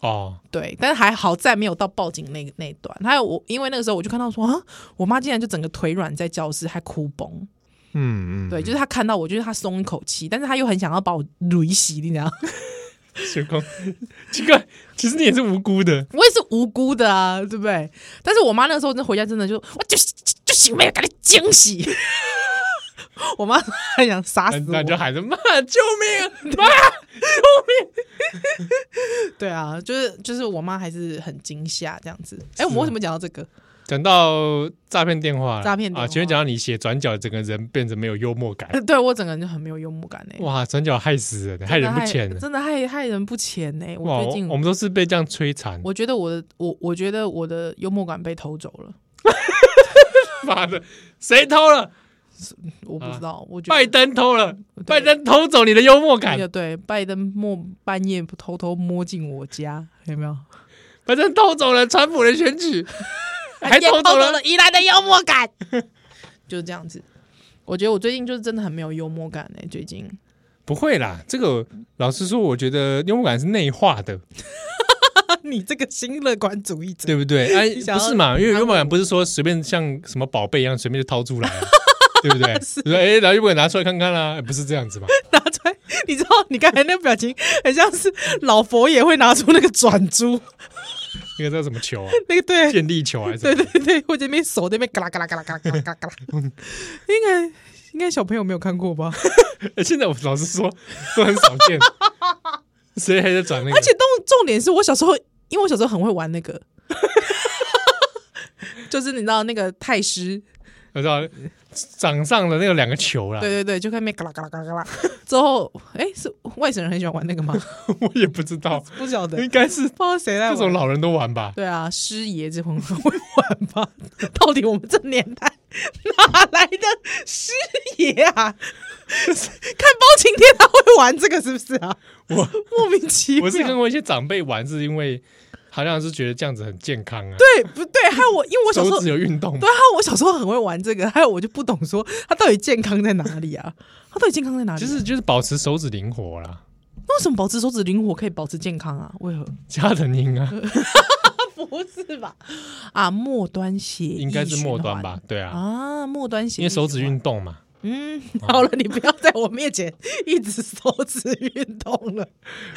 Speaker 1: 哦，
Speaker 2: 对，但是还好在没有到报警那那一段。还有我，因为那个时候我就看到说啊，我妈竟然就整个腿软在教室，还哭崩。
Speaker 1: 嗯 嗯，
Speaker 2: 对，就是她看到我，就是她松一口气，但是她又很想要把我雷死，你知道？
Speaker 1: 雪空，奇怪，其实你也是无辜的，
Speaker 2: 我也是无辜的啊，对不对？但是我妈那个时候真回家，真的就我就是就行没有给她惊喜。 我妈还想杀
Speaker 1: 那
Speaker 2: 死
Speaker 1: 那
Speaker 2: 我
Speaker 1: 你，就喊着妈救命啊妈，
Speaker 2: 对啊，就是就是我妈还是很惊吓这样子。哎、
Speaker 1: 是啊
Speaker 2: 我们为什么讲到这个？
Speaker 1: 讲到诈骗电话了，
Speaker 2: 诈骗电话
Speaker 1: 啊，前面讲到你写转角，整个人变得没有幽默感，
Speaker 2: 对我整个人就很没有幽默感哎、
Speaker 1: 哇，转角害死人，害人不浅了，
Speaker 2: 真的害害人不浅呢、
Speaker 1: 哇，
Speaker 2: 我
Speaker 1: 我
Speaker 2: 最近
Speaker 1: 我们都是被这样摧残，
Speaker 2: 我觉得我的我我觉得我的幽默感被偷走了，
Speaker 1: 妈的，谁偷了？
Speaker 2: 我不知道，我觉
Speaker 1: 啊拜
Speaker 2: 得
Speaker 1: 登偷了，
Speaker 2: 对
Speaker 1: 拜登偷走你的幽默感
Speaker 2: 也，对，拜登摸半夜偷偷摸进我家，有没有？
Speaker 1: 拜登偷走了川普的选 举，还
Speaker 2: 哎也
Speaker 1: 偷走了
Speaker 2: 宜兰的幽默 感，就是这样子。我觉得我最近就是真的很没有幽默感哎、最近
Speaker 1: 不会啦，这个老实说，我觉得幽默感是内化的，
Speaker 2: 你这个新乐观主义者，
Speaker 1: 对不对？哎，
Speaker 2: 想
Speaker 1: 不
Speaker 2: 要
Speaker 1: 是嘛？因为幽默感不是说随便像什么宝贝一样随便就掏出来、啊，对不对？
Speaker 2: 是
Speaker 1: 说哎，然后幽默感拿出来看看啦、哎不是这样子嘛？
Speaker 2: 拿出来，你知道你刚才那表情很像是老佛爷会拿出那个转珠，
Speaker 1: 那个叫什么球啊？
Speaker 2: 那个对
Speaker 1: 健力球还是什
Speaker 2: 对
Speaker 1: 么？
Speaker 2: 对对，或者那边手在那边嘎啦嘎啦嘎啦嘎啦嘎啦嘎啦嘎 啦，应该应该小朋友没有看过吧？
Speaker 1: 哎现在我老实说都很少见，谁还在转那个？
Speaker 2: 而且重重点是我小时候，因为我小时候很会玩那 个，就是你知道那个太师，
Speaker 1: 我知道掌上的那个两个球啦
Speaker 2: 对，对对，就看那边嘎啦嘎啦嘎啦嘎啦。之后，哎、是外省人很喜欢玩那个吗？
Speaker 1: 我也不知道，
Speaker 2: 不晓得，不
Speaker 1: 应
Speaker 2: 知
Speaker 1: 该是
Speaker 2: 道谁在
Speaker 1: 这种
Speaker 2: 玩。
Speaker 1: 老人都玩吧？
Speaker 2: 对啊，师爷这种会玩吧？ 到底我们这年代哪来的师爷啊？ 看包青天他会玩这个是不是啊？
Speaker 1: 我
Speaker 2: 莫名其妙。
Speaker 1: 我是跟过一些长辈玩，是因为好像是觉得这样子很健康啊，
Speaker 2: 对不对？还有我，因为我小时候
Speaker 1: 手指有运动嘛
Speaker 2: 对。啊，我小时候很会玩这个，还有我就不懂说它到底健康在哪里啊？它到底健康在哪里？
Speaker 1: 就
Speaker 2: 就是
Speaker 1: 是就是保持手指灵活啦，
Speaker 2: 为什么保持手指灵活可以保持健康啊？为何？
Speaker 1: 加藤鹰啊，
Speaker 2: 呃不是吧？啊，末端血液
Speaker 1: 应该是末端吧？对
Speaker 2: 循环？
Speaker 1: 啊，
Speaker 2: 啊，末端
Speaker 1: 因
Speaker 2: 血液
Speaker 1: 为
Speaker 2: 循环
Speaker 1: 手指运动嘛，
Speaker 2: 嗯，好了，你不要在我面前一直手指运动了。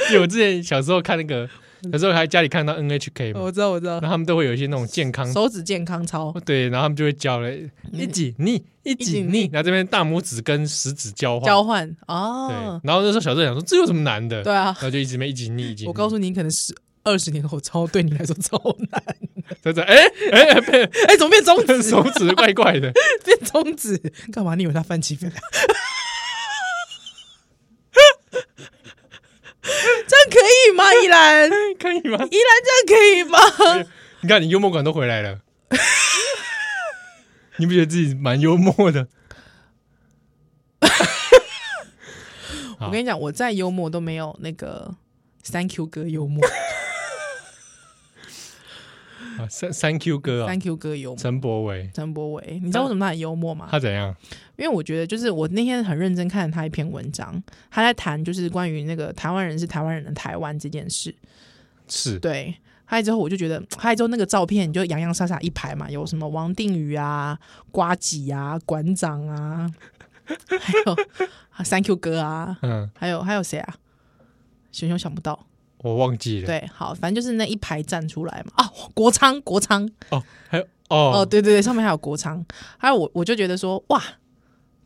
Speaker 1: 因为我之前小时候看那个有时候还家里看到 NHK 嘛，
Speaker 2: 我知道，我知道
Speaker 1: 然，后他们都会有一些那种健康
Speaker 2: 手指健康操，
Speaker 1: 哦对，然后他们就会教了一挤逆一
Speaker 2: 嗯一挤
Speaker 1: 挤
Speaker 2: 逆
Speaker 1: 逆，然后这边大拇指跟食指交换，
Speaker 2: 交换
Speaker 1: 对
Speaker 2: 哦，，
Speaker 1: 然后那时候小郑想说这有什么难的，
Speaker 2: 对啊
Speaker 1: 然，后就一直没一挤逆一挤逆，
Speaker 2: 我告诉你，可能是二十年后操对你来说超难。
Speaker 1: 他说哎哎 被
Speaker 2: 哎，怎么变中指？
Speaker 1: 手指怪怪 的，
Speaker 2: 变中指？干嘛？你以为他翻起飞来？ 这样可以吗？依兰，依
Speaker 1: 可以吗？
Speaker 2: 兰这样可以吗？
Speaker 1: 你看你幽默感都回来了， 你不觉得自己蛮幽默的？好
Speaker 2: 我跟你讲，我再幽默都没有那个三 Q 哥幽默，
Speaker 1: 啊，三三 Q 哥啊
Speaker 2: 三，Q 哥幽默。
Speaker 1: 陈柏伟
Speaker 2: 陈柏伟，你知道为什么他很幽默吗？
Speaker 1: 他怎样？
Speaker 2: 因为我觉得，就是我那天很认真看了他一篇文章，他在谈就是关于那个台湾人是台湾人的台湾这件事。
Speaker 1: 是
Speaker 2: 对，还有之后我就觉得，还有之后那个照片你就洋洋洒洒一排嘛，有什么王定宇啊、瓜吉啊、馆长啊， 还有三 Q 哥啊，
Speaker 1: 嗯，
Speaker 2: 还有还有谁啊？熊熊想不到，
Speaker 1: 我忘记了。
Speaker 2: 对，好，反正就是那一排站出来嘛。啊，国昌，国昌，
Speaker 1: 哦，还有
Speaker 2: 哦、
Speaker 1: 哦，
Speaker 2: 对对对，上面还有国昌，还有我我就觉得说，哇，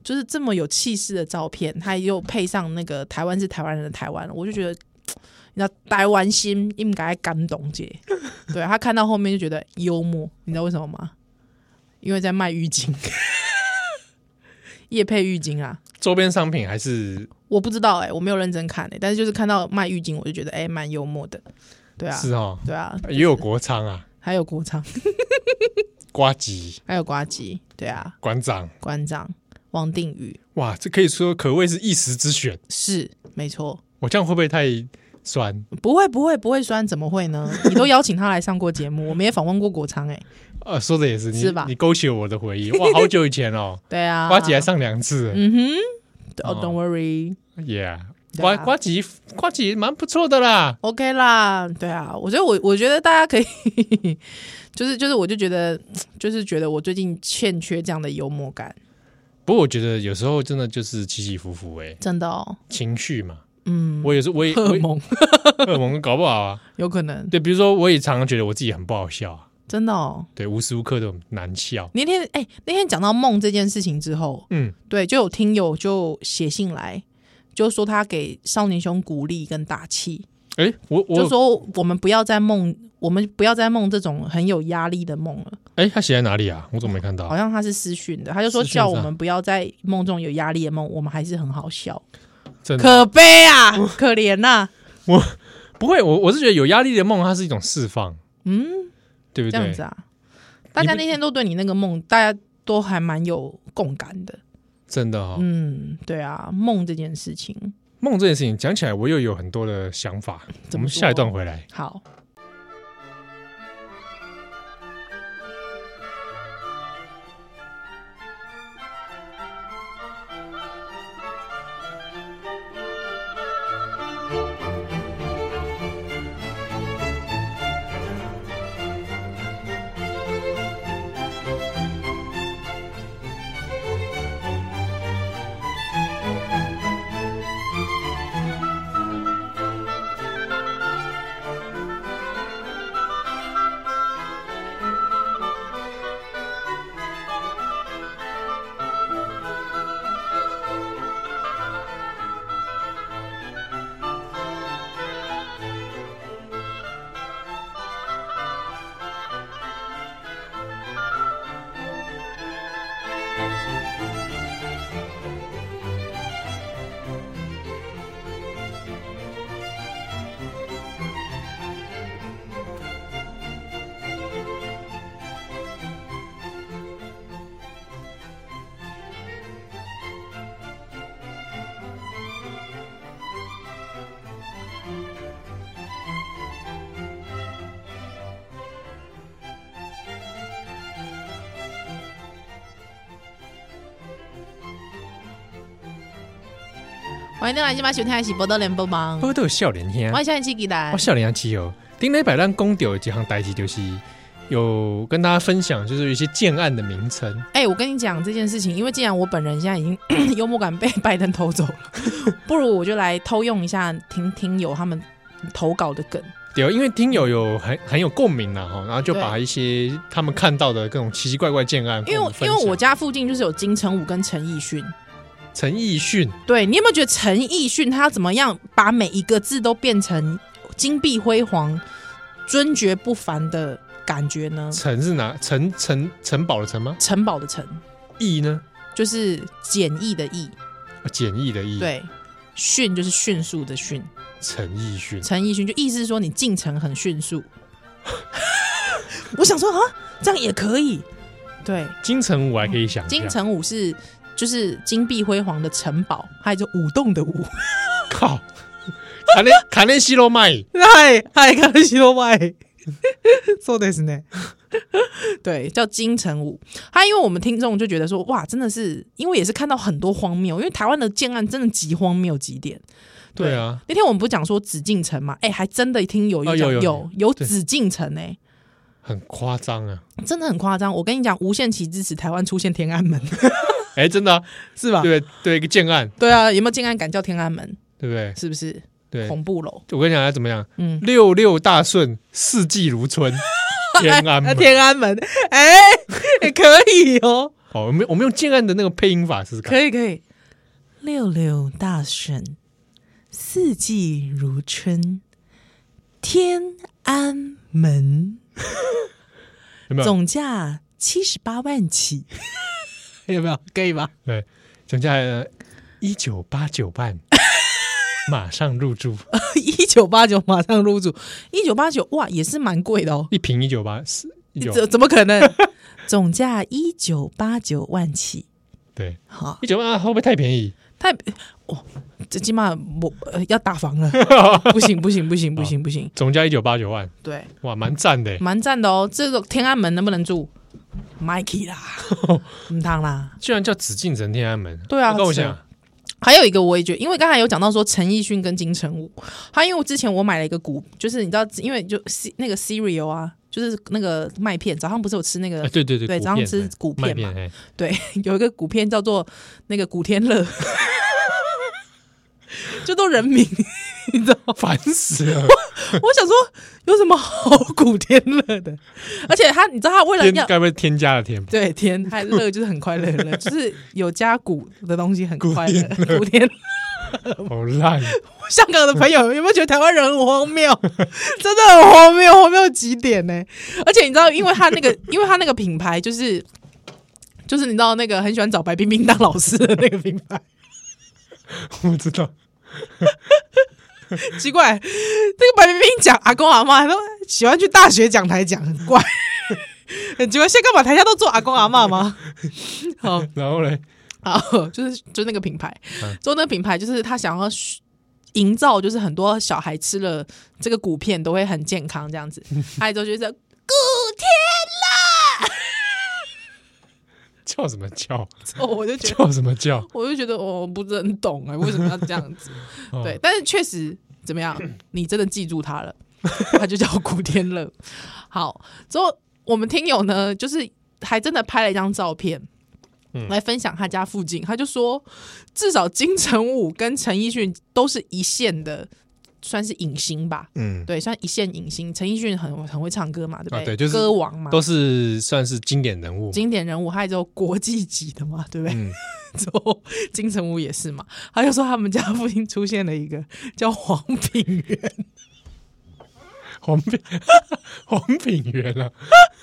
Speaker 2: 就是这么有气势的照片，他又配上那个台湾是台湾人的台湾，我就觉得，你知道台湾心应该感动姐，对他看到后面就觉得幽默，你知道为什么吗？因为在卖浴巾， 夜配浴巾啊，
Speaker 1: 周边商品还是
Speaker 2: 我不知道哎、我没有认真看哎、但是就是看到卖浴巾，我就觉得哎、蛮幽默的，对啊，
Speaker 1: 是哦，
Speaker 2: 对啊，
Speaker 1: 也有国仓啊，
Speaker 2: 还有国昌，
Speaker 1: 瓜吉
Speaker 2: 还有瓜吉，对啊，
Speaker 1: 馆长，
Speaker 2: 馆长王定宇。
Speaker 1: 哇，这可以说可谓是一时之选。
Speaker 2: 是，没错，
Speaker 1: 我这样会不会太酸？
Speaker 2: 不会不会不会酸，怎么会呢？你都邀请他来上过节目，我们也访问过国昌哎、
Speaker 1: 呃，说的也是，你
Speaker 2: 是吧
Speaker 1: 你勾起了我的回忆，哇，好久以前 哦，
Speaker 2: 对啊，
Speaker 1: 瓜吉还，上两次
Speaker 2: 嗯哼，哦、
Speaker 1: 哦
Speaker 2: d o n t worry，OK、
Speaker 1: ，Yeah，
Speaker 2: 对
Speaker 1: 瓜
Speaker 2: 啊
Speaker 1: 瓜吉瓜吉蛮不错的啦，
Speaker 2: OK 啦，对啊，我觉得我我觉得大家可以， 就是就是，我就觉得就是觉得我最近欠缺这样的幽默感，
Speaker 1: 不过我觉得有时候真的就是起起伏伏，哎，
Speaker 2: 真的哦，
Speaker 1: 情绪嘛，
Speaker 2: 嗯，
Speaker 1: 我有时候我 也
Speaker 2: 荷
Speaker 1: 我
Speaker 2: 尔
Speaker 1: 也
Speaker 2: 蒙
Speaker 1: 荷尔蒙搞不好啊，
Speaker 2: 有可能，
Speaker 1: 对，比如说我也常常觉得我自己很不好笑啊，
Speaker 2: 真的哦。
Speaker 1: 对，无时无刻都很难笑，
Speaker 2: 那天哎、那天讲到梦这件事情之后，
Speaker 1: 嗯，
Speaker 2: 对，就有听友就写信来，就说他给少年兄鼓励跟打气，
Speaker 1: 哎，我我
Speaker 2: 就说我们不要再梦，我们不要再梦这种很有压力的梦了。
Speaker 1: 哎，他写在哪里啊？我怎么没看到
Speaker 2: 好？像他是私讯的，他就说
Speaker 1: 私讯是啊
Speaker 2: 叫我们不要再梦这种有压力的梦，我们还是很好笑，
Speaker 1: 真的
Speaker 2: 可悲啊，可怜呐、
Speaker 1: 不会，我我是觉得有压力的梦，它是一种释放，
Speaker 2: 嗯，
Speaker 1: 对不
Speaker 2: 这样子
Speaker 1: 对？
Speaker 2: 啊，大家那天都对你那个梦，大家都还蛮有共感的。
Speaker 1: 真的哈、哦，
Speaker 2: 嗯，对啊，梦这件事情，
Speaker 1: 梦这件事情讲起来，我又有很多的想法。我
Speaker 2: 怎么
Speaker 1: 们
Speaker 2: 说哎
Speaker 1: 下一段回来。
Speaker 2: 好，欢迎回来今晚收听的是《波多连播忙
Speaker 1: 不》，过都有笑脸天啊
Speaker 2: 我，是小眼睛吉兰
Speaker 1: 哇，，笑脸天气哦。丁磊百烂公丢有几行代记，就是有跟大家分享，就是有一些建案的名称。
Speaker 2: 哎、我跟你讲这件事情，因为既然我本人现在已经 幽默感被拜登 偷走了，不如我就来偷用一下听听友他们投稿的梗。
Speaker 1: 对，因为听友有很很有共鸣呐哈，然后就把一些他们看到的各种奇奇怪怪建案跟
Speaker 2: 因为
Speaker 1: 们分
Speaker 2: 因
Speaker 1: 享，
Speaker 2: 为我家附近就是有金城武跟陈奕迅，
Speaker 1: 陈奕迅
Speaker 2: 对你有没有觉得陈奕迅他要怎么样把每一个字都变成金碧辉煌、尊爵不凡的感觉呢？
Speaker 1: 陈是哪陈陈城堡的城吗？
Speaker 2: 城堡的城
Speaker 1: 奕呢？
Speaker 2: 就是简易的易，
Speaker 1: 啊简易的易，，
Speaker 2: 对，迅就是迅速的迅，
Speaker 1: 陈奕迅，
Speaker 2: 陈奕迅就意思是说你进程很迅速。 我想说啊，这样也可以，对，
Speaker 1: 金城武还可以想一下
Speaker 2: 金城武是就是金碧辉煌的城堡，还有就舞动的舞，
Speaker 1: 靠， 卡内卡内西罗麦，
Speaker 2: 嗨嗨，看西多外， そうですね。 对，叫金城武。他因为我们听众就觉得说，哇，真的是，因为也是看到很多荒谬，因为台湾的建案真的极荒谬极点。
Speaker 1: 对啊，
Speaker 2: 那天我们不是讲说紫禁城嘛？哎、还真的听有
Speaker 1: 哦
Speaker 2: 讲
Speaker 1: 有有
Speaker 2: 有有
Speaker 1: 对
Speaker 2: 紫禁城哎、
Speaker 1: 很夸张啊，
Speaker 2: 真的很夸张。我跟你讲，无限期支持台湾出现天安门，
Speaker 1: 哎，真的啊，
Speaker 2: 是吧？
Speaker 1: 对对，一个建案，
Speaker 2: 对啊，有没有建案敢叫天安门？
Speaker 1: 对不对？
Speaker 2: 是不是
Speaker 1: 对，
Speaker 2: 恐怖楼？
Speaker 1: 我跟你讲要怎么样，
Speaker 2: 嗯，
Speaker 1: 六六大顺，四季如 春，天安
Speaker 2: 那
Speaker 1: 门。
Speaker 2: 啊天安门， 哎、也可以哦，
Speaker 1: 好，我们我们用建案的那个配音法试试看。
Speaker 2: 可以可以。六六大顺，四季如春，天安门
Speaker 1: 有没有？
Speaker 2: 总价七十八万起， 有没有？可以吧？
Speaker 1: 对，总价呃一九八九 万，马上入住
Speaker 2: 一九八九马上入住，一九八九哇，也是蛮贵的哦。
Speaker 1: 一瓶一九八四一九，
Speaker 2: 怎怎么可能？ 总价一九八九万起，
Speaker 1: 对，
Speaker 2: 好，
Speaker 1: 一九八会不会太便宜？
Speaker 2: 太哦，这起码我呃要打房 了，不行不行不行不行不行，
Speaker 1: 总价一九八九万，
Speaker 2: 对，
Speaker 1: 哇，蛮赞的。
Speaker 2: 蛮赞的哦。这个天安门能不能住？Mikey 啦，唔当啦。
Speaker 1: 居然叫紫禁城天安门，
Speaker 2: 对啊
Speaker 1: 那跟我
Speaker 2: 是
Speaker 1: 讲，
Speaker 2: 还有一个我也觉得，因为刚才有讲到说陈奕迅跟金城武，他因为我之前我买了一个股，就是你知道，因为就 C 那个 cereal 啊，就是那个麦片，早上不是有吃那个
Speaker 1: 哎，对对对
Speaker 2: 对
Speaker 1: 对，
Speaker 2: 早上吃
Speaker 1: 骨
Speaker 2: 骨
Speaker 1: 片哎
Speaker 2: 片
Speaker 1: 麦
Speaker 2: 嘛
Speaker 1: 片，哎
Speaker 2: 对， 有一个股片叫做那个古天乐，就都人名。你知道吗？
Speaker 1: 烦死了，
Speaker 2: 我想说有什么好 古天乐的？而且他，你知道他为了
Speaker 1: 添
Speaker 2: 要
Speaker 1: 该不会添加了添？
Speaker 2: 对天还乐，就是很快乐的乐， 就是有加古的东西很快乐。古天乐，
Speaker 1: 好哦烂，
Speaker 2: 香港的朋友有没有觉得台湾人很荒谬？ 真的很荒谬，荒谬极点呢、而且你知道，因为他那个，因为他那个品牌就是。就是你知道那个很喜欢找白冰冰当老师的那个品牌，
Speaker 1: 我知道，
Speaker 2: 奇怪，那个白冰冰讲阿公阿妈都喜欢去大学讲台讲，很怪，很奇怪。现在干嘛台下都做阿公阿妈吗？好
Speaker 1: 然后嘞，
Speaker 2: 好， 就是就那个品牌
Speaker 1: 嗯，
Speaker 2: 做那个品牌就是他想要营造，就是很多小孩吃了这个谷片都会很健康这样子，还有就觉得古
Speaker 1: 叫什么叫？
Speaker 2: 天哦乐，我就觉得
Speaker 1: 叫什么叫？
Speaker 2: 我就觉得我不是很懂哎、为什么要这样子？
Speaker 1: 哦
Speaker 2: 对，但是确实怎么样，你真的记住他了，他就叫古天乐。好，之后我们听友呢，就是还真的拍了一张照片。
Speaker 1: 嗯
Speaker 2: 来分享他家附近，他就说，至少金城武跟陈奕迅都是一线的，算是影星吧，
Speaker 1: 嗯，
Speaker 2: 对，算一线影星。陈奕迅很很会唱歌嘛，对不对？
Speaker 1: 啊对就是
Speaker 2: 歌王嘛，
Speaker 1: 都是算是经典人物。
Speaker 2: 经典人物，还有国际级的嘛，对不对？
Speaker 1: 嗯，
Speaker 2: 之后，金城武也是嘛，他就说他们家附近出现了一个叫黄品源，
Speaker 1: 黄品 黄品源啊，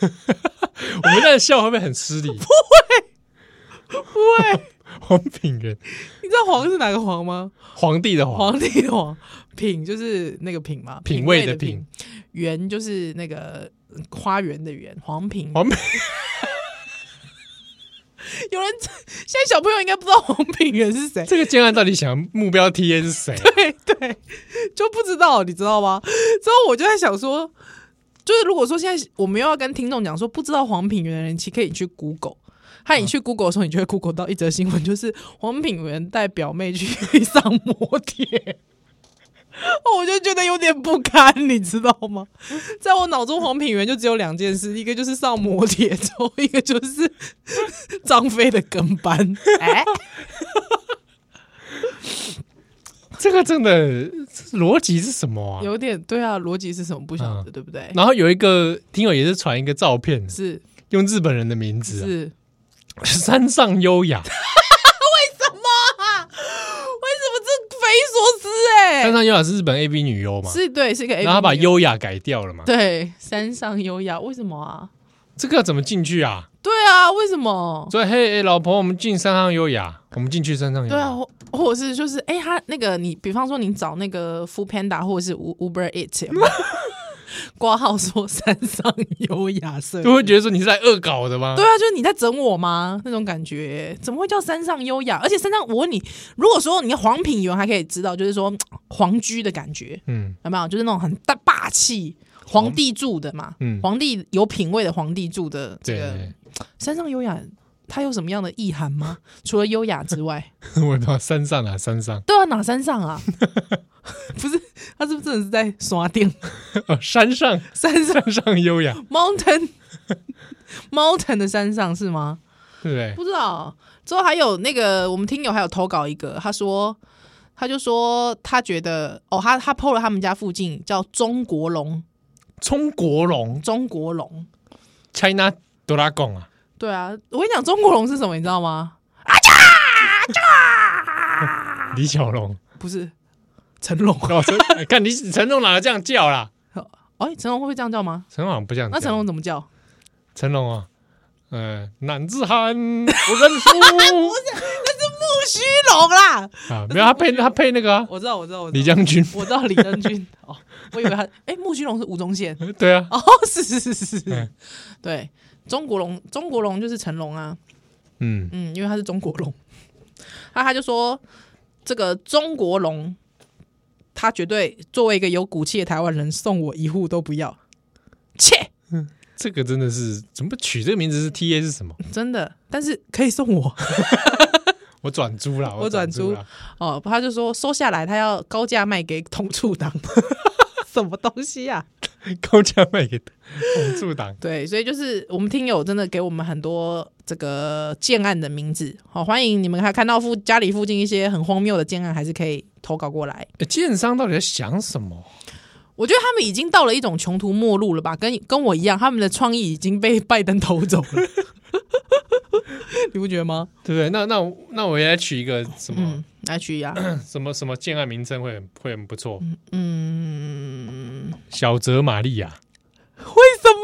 Speaker 1: 我们在笑会不会很失礼？
Speaker 2: 对，
Speaker 1: 黄品源，
Speaker 2: 你知道黄是哪个黄吗？
Speaker 1: 皇帝的皇，
Speaker 2: 皇帝的皇，品就是那个品嘛，
Speaker 1: 品
Speaker 2: 品
Speaker 1: 味的
Speaker 2: 的
Speaker 1: 品，
Speaker 2: 园就是那个呃花园的园，黄品。
Speaker 1: 黄 品
Speaker 2: 有人现在小朋友应该不知道黄品源是谁，
Speaker 1: 这个建案到底想目标 TA 是谁？
Speaker 2: 对对，就不知道，你知道吗？ 之后我就在想说，就是如果说现在我们又要跟听众讲说，不知道黄品源的人，其实可以去 Google。害你去 Google 的时候，你就会 Google 到一则新闻，就是黄品源带表妹去上摩天。 哦我就觉得有点不堪，你知道吗？在我脑中，黄品源就只有两件事，一个就是上摩铁，之后 一个就是张飞的跟班。哎、
Speaker 1: 这个真的这逻辑是什么啊？
Speaker 2: 有点对啊，逻辑是什么不晓得，对不对？
Speaker 1: 然后有一个听友也是传一个照片，
Speaker 2: 是
Speaker 1: 用日本人的名字啊、
Speaker 2: 是，
Speaker 1: 山上优雅，
Speaker 2: 什么啊？为什么这匪夷所思哎、
Speaker 1: 山上优雅是日本 A V 女优嘛？
Speaker 2: 是对，是一个 A，
Speaker 1: 然后他把优雅改掉了嘛？
Speaker 2: 对山上优雅，为什么啊？
Speaker 1: 这个要怎么进去啊？
Speaker 2: 对啊，为什么？
Speaker 1: 所以嘿，哎老婆，我们进山上优雅，我们进去山上优雅。
Speaker 2: 对啊，或或者是就是，哎、他那个你，比方说你找那个 Food Panda 或者是 U- Uber Eat，挂号说山上优雅社
Speaker 1: 就会觉得说你是来恶搞的吗？
Speaker 2: 对啊，就是你在整我吗？那种感觉，怎么会叫山上优雅？而且山上，我问你，如果说你的黄品源还可以知道，就是说嗯皇居的感觉，
Speaker 1: 嗯，
Speaker 2: 有没有？就是那种很大霸气，皇帝住的嘛，
Speaker 1: 嗯
Speaker 2: 皇帝有品位的皇帝住的这
Speaker 1: 对
Speaker 2: 个山上优雅，它有什么样的意涵吗？ 除了优雅之外，
Speaker 1: 对 我也不知道山上啊，山上，
Speaker 2: 对啊，哪山上啊？不是，他是不是真的是在刷电
Speaker 1: 哦山 上，
Speaker 2: 山上
Speaker 1: 山上优雅，
Speaker 2: mountain mountain 的山上是吗？
Speaker 1: 对不对？
Speaker 2: 不知道。之后还有那个我们听友还有投稿一个，他说他就说他觉得哦，他他 PO 了他们家附近叫中国龙，
Speaker 1: 中国龙
Speaker 2: 中国龙。
Speaker 1: ，China Dragon 啊，
Speaker 2: 对啊，我跟你讲，中国龙是什么，你知道吗？
Speaker 1: 李小 龙，
Speaker 2: 不是成龙。
Speaker 1: 哦，陈看你陈龙哪来这样叫啦？
Speaker 2: 哎，成龙会不会这样叫吗？
Speaker 1: 陈龙好像不这样叫，
Speaker 2: 那成龙怎么叫？
Speaker 1: 成龙啊，呃，男子汉，我认 输
Speaker 2: 不虚龙啦！
Speaker 1: 啊，没有他配他配那个啊
Speaker 2: 我知道，我知道，我
Speaker 1: 李
Speaker 2: 知道。
Speaker 1: 将军，
Speaker 2: 我知道李登军哦，我以为他哎，木须龙是吴宗宪
Speaker 1: 对啊，
Speaker 2: 哦，是是是是是
Speaker 1: 嗯，
Speaker 2: 对，中国龙，中国龙就是成龙啊，
Speaker 1: 嗯，
Speaker 2: 嗯，因为他是中国龙，那他就说这个中国龙，他绝对作为一个有骨气的台湾人，送我一户都不要，切，
Speaker 1: 这个真的是怎么取这个名字是 T A 是什么？
Speaker 2: 真的，但是可以送我
Speaker 1: 我转租啦，
Speaker 2: 我转租
Speaker 1: 啦，
Speaker 2: 哦，他就说收下来，他要高价卖给同处党， 什么东西啊？
Speaker 1: 高价卖给红柱党，
Speaker 2: 对，所以就是我们听友真的给我们很多这个建案的名字，好、欢迎你们还看到附家里附近一些很荒谬的建案，还是可以投稿过来。
Speaker 1: 欸建商到底在想什么？
Speaker 2: 我觉得他们已经到了一种穷途末路了吧，跟跟我一样，他们的创意已经被拜登偷走了， 你不觉得吗？
Speaker 1: 对不对？那那我那我也来取一个什么、
Speaker 2: 嗯，H 呀，
Speaker 1: 什么什么建案名称会很会很不错，
Speaker 2: 嗯，
Speaker 1: 小泽玛利亚。
Speaker 2: 为什么？